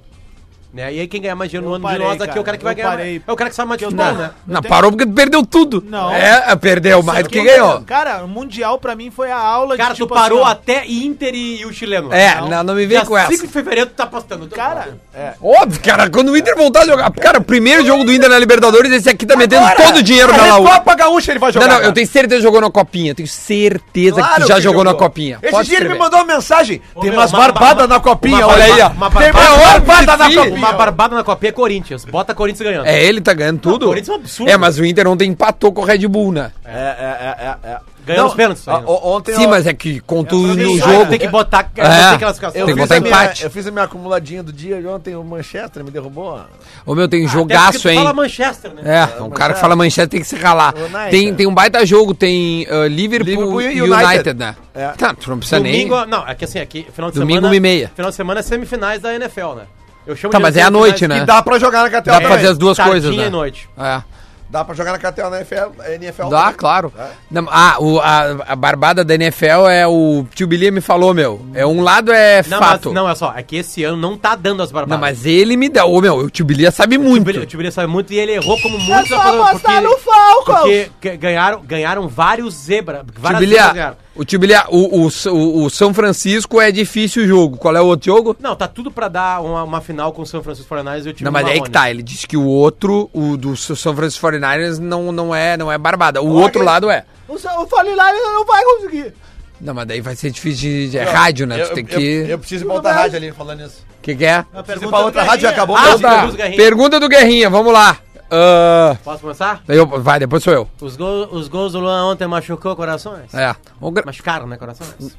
Speaker 4: Né? E aí quem ganhar mais dinheiro
Speaker 3: Eu
Speaker 4: no ano
Speaker 3: parei,
Speaker 4: de nós aqui é o cara que vai
Speaker 3: eu
Speaker 4: ganhar.
Speaker 3: parei.
Speaker 4: mais- É o cara que sabe mais de
Speaker 3: Eu
Speaker 4: futebol,
Speaker 3: tô- (laughs)
Speaker 4: né?
Speaker 2: Não, parou porque tu perdeu tudo.
Speaker 3: Não.
Speaker 2: É, perdeu mais do que ganhou.
Speaker 3: Cara, o Mundial pra mim foi a aula
Speaker 4: Cara, tu
Speaker 3: tipo,
Speaker 4: parou
Speaker 3: assim, ó,
Speaker 4: até Inter e, e o chileno.
Speaker 2: É, não, não me vem
Speaker 4: Dia
Speaker 2: com essa.
Speaker 4: 5 de fevereiro tu tá apostando.
Speaker 3: Cara,
Speaker 2: Óbvio, cara, quando o Inter voltar a jogar. Cara, o primeiro jogo do Inter na Libertadores, esse aqui tá metendo todo o dinheiro na
Speaker 5: Mas
Speaker 4: é
Speaker 2: Laú.
Speaker 5: Copa Gaúcha ele vai jogar.
Speaker 2: Não, não,
Speaker 5: cara.
Speaker 2: eu tenho certeza que jogou na copinha. Tenho certeza que
Speaker 5: Claro
Speaker 2: tu já
Speaker 5: que
Speaker 2: jogou, na copinha.
Speaker 5: Esse
Speaker 2: Pode
Speaker 5: dia ele me
Speaker 2: escrever.
Speaker 5: mandou uma mensagem. Tem
Speaker 4: meu,
Speaker 5: umas
Speaker 4: uma-
Speaker 5: barbadas
Speaker 4: uma-
Speaker 5: na copinha,
Speaker 4: uma-
Speaker 5: olha aí, ó.
Speaker 4: uma- uma
Speaker 5: Tem
Speaker 2: barbada-
Speaker 5: umas barbadas na
Speaker 2: Sim.
Speaker 5: copinha.
Speaker 4: Tá Uma barbada na copinha é Corinthians. Bota Corinthians ganhando.
Speaker 2: É, ele tá ganhando tudo.
Speaker 4: o Corinthians é um absurdo.
Speaker 2: É, mas o Inter ontem empatou com o Red Bull, né?
Speaker 5: É, é, é, é, é.
Speaker 4: Ganhou os pênaltis
Speaker 5: a-
Speaker 4: ainda.
Speaker 5: o- Ontem
Speaker 2: Sim,
Speaker 5: eu-
Speaker 2: mas é que contudo no
Speaker 4: Aí tu
Speaker 2: jogo.
Speaker 4: Tem que botar.
Speaker 2: É,
Speaker 4: tem classificação.
Speaker 5: Eu
Speaker 2: Tem que
Speaker 5: fiz
Speaker 2: botar
Speaker 5: a minha-
Speaker 2: empate.
Speaker 5: eu fiz a minha acumuladinha do dia de ontem, o Manchester me derrubou. ó.
Speaker 2: Ô meu, tem
Speaker 4: Até porque tu
Speaker 2: jogaço, um hein?
Speaker 4: Fala Manchester, né?
Speaker 2: É, o cara que fala Manchester tem que se ralar.
Speaker 5: O United.
Speaker 2: Tem, tem um baita jogo, tem ah, Liverpool,
Speaker 5: Liverpool
Speaker 2: e
Speaker 5: e
Speaker 2: United,
Speaker 5: United,
Speaker 2: né?
Speaker 5: É.
Speaker 2: Tá, tu não precisa
Speaker 4: Domingo,
Speaker 2: nem...
Speaker 4: não, é que assim, aqui, final de
Speaker 2: Domingo,
Speaker 4: semana.
Speaker 2: uma e meia.
Speaker 4: Final de semana é semifinais da NFL, né? Eu chamo
Speaker 2: Tá, mas é à
Speaker 4: semifinais
Speaker 2: noite, né?
Speaker 5: E dá pra jogar na KTO
Speaker 2: Dá pra
Speaker 5: também.
Speaker 2: fazer as duas
Speaker 4: Tardinha
Speaker 2: coisas, né?
Speaker 4: e noite.
Speaker 2: É.
Speaker 5: Dá pra jogar na KTO na NFL, NFL.
Speaker 2: Dá,
Speaker 5: também.
Speaker 2: claro. Não, ah, o- a, a barbada da NFL é o tio Billy me falou, meu. É um lado é
Speaker 4: Não, mas,
Speaker 2: fato. não,
Speaker 4: não, é só, é que esse ano não tá dando as barbadas.
Speaker 2: mas ele me dá. Ô, meu, o tio Billy sabe muito. É
Speaker 4: O Tiberi- O Tiberi sabe muito e ele errou como muitos
Speaker 3: só
Speaker 4: aposentos,
Speaker 3: apostar no Falcons.
Speaker 4: Porque que- ganharam, ganharam vários zebra.
Speaker 2: Tio
Speaker 4: Várias
Speaker 2: Billy,
Speaker 4: zebras ganharam.
Speaker 2: o tio Billy, o, o- o- o São Francisco é difícil o jogo. Qual é o outro jogo?
Speaker 4: Não, tá tudo pra dar uma, uma final com o São Francisco 49 e o time
Speaker 2: Não, mas
Speaker 4: do
Speaker 2: é aí que
Speaker 4: Mahomes.
Speaker 2: tá. Ele disse que o outro, o do São Francisco 49ers, não, não, é, não é barbada. O outro
Speaker 5: que-
Speaker 2: lado é.
Speaker 3: o, Sa- o Falilário não vai conseguir.
Speaker 2: Não, mas daí vai ser difícil de. de- É rádio, né?
Speaker 5: Eu,
Speaker 2: tu tem
Speaker 5: eu,
Speaker 2: que.
Speaker 5: eu, eu preciso ir pra outra rádio ali falando isso.
Speaker 2: O que, que é?
Speaker 3: A
Speaker 5: Preciso ir pra outra rádio e acabou.
Speaker 4: Ah,
Speaker 5: meu-
Speaker 4: sim.
Speaker 2: Tá,
Speaker 4: pergunta do Guerrinha.
Speaker 2: Pergunta do Guerrinha, vamos lá. Ahn,
Speaker 4: Posso começar?
Speaker 2: daí eu- vai, depois sou eu.
Speaker 4: Os, gol, os gols do Luan ontem machucou corações?
Speaker 2: É. O gra-
Speaker 4: Machucaram, né, corações?
Speaker 2: não,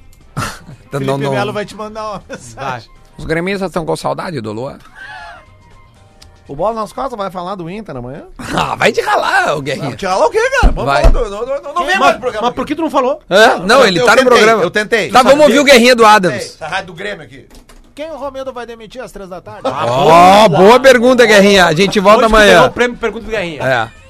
Speaker 3: Felipe
Speaker 2: não-
Speaker 3: Melo vai te mandar uma
Speaker 4: Vai.
Speaker 3: mensagem.
Speaker 2: Os gremistas estão com saudade do Lua.
Speaker 5: O Bola nas Costas vai falar do Inter
Speaker 2: (laughs)
Speaker 5: amanhã?
Speaker 2: (laughs) Ah, vai de ralar, o Guerrinha.
Speaker 5: Tirar lá o quê, cara? Vamos
Speaker 2: Vai.
Speaker 5: falar do... Não, não, não, não vem mais
Speaker 4: Mas,
Speaker 5: pro programa.
Speaker 4: mas por que tu não falou?
Speaker 2: Hã? Não,
Speaker 5: eu-
Speaker 2: ele
Speaker 5: eu
Speaker 2: tá no
Speaker 5: tentei,
Speaker 2: programa.
Speaker 5: eu tentei.
Speaker 2: Tá, vamos ouvir o Guerrinha do Adams.
Speaker 5: Essa rádio do Grêmio aqui.
Speaker 3: quem o Romildo vai demitir às três da tarde?
Speaker 2: Ó, boa pergunta, Guerrinha. A gente volta
Speaker 4: Hoje que ganhou
Speaker 2: amanhã.
Speaker 4: o prêmio Pergunta do Guerrinha.
Speaker 2: É.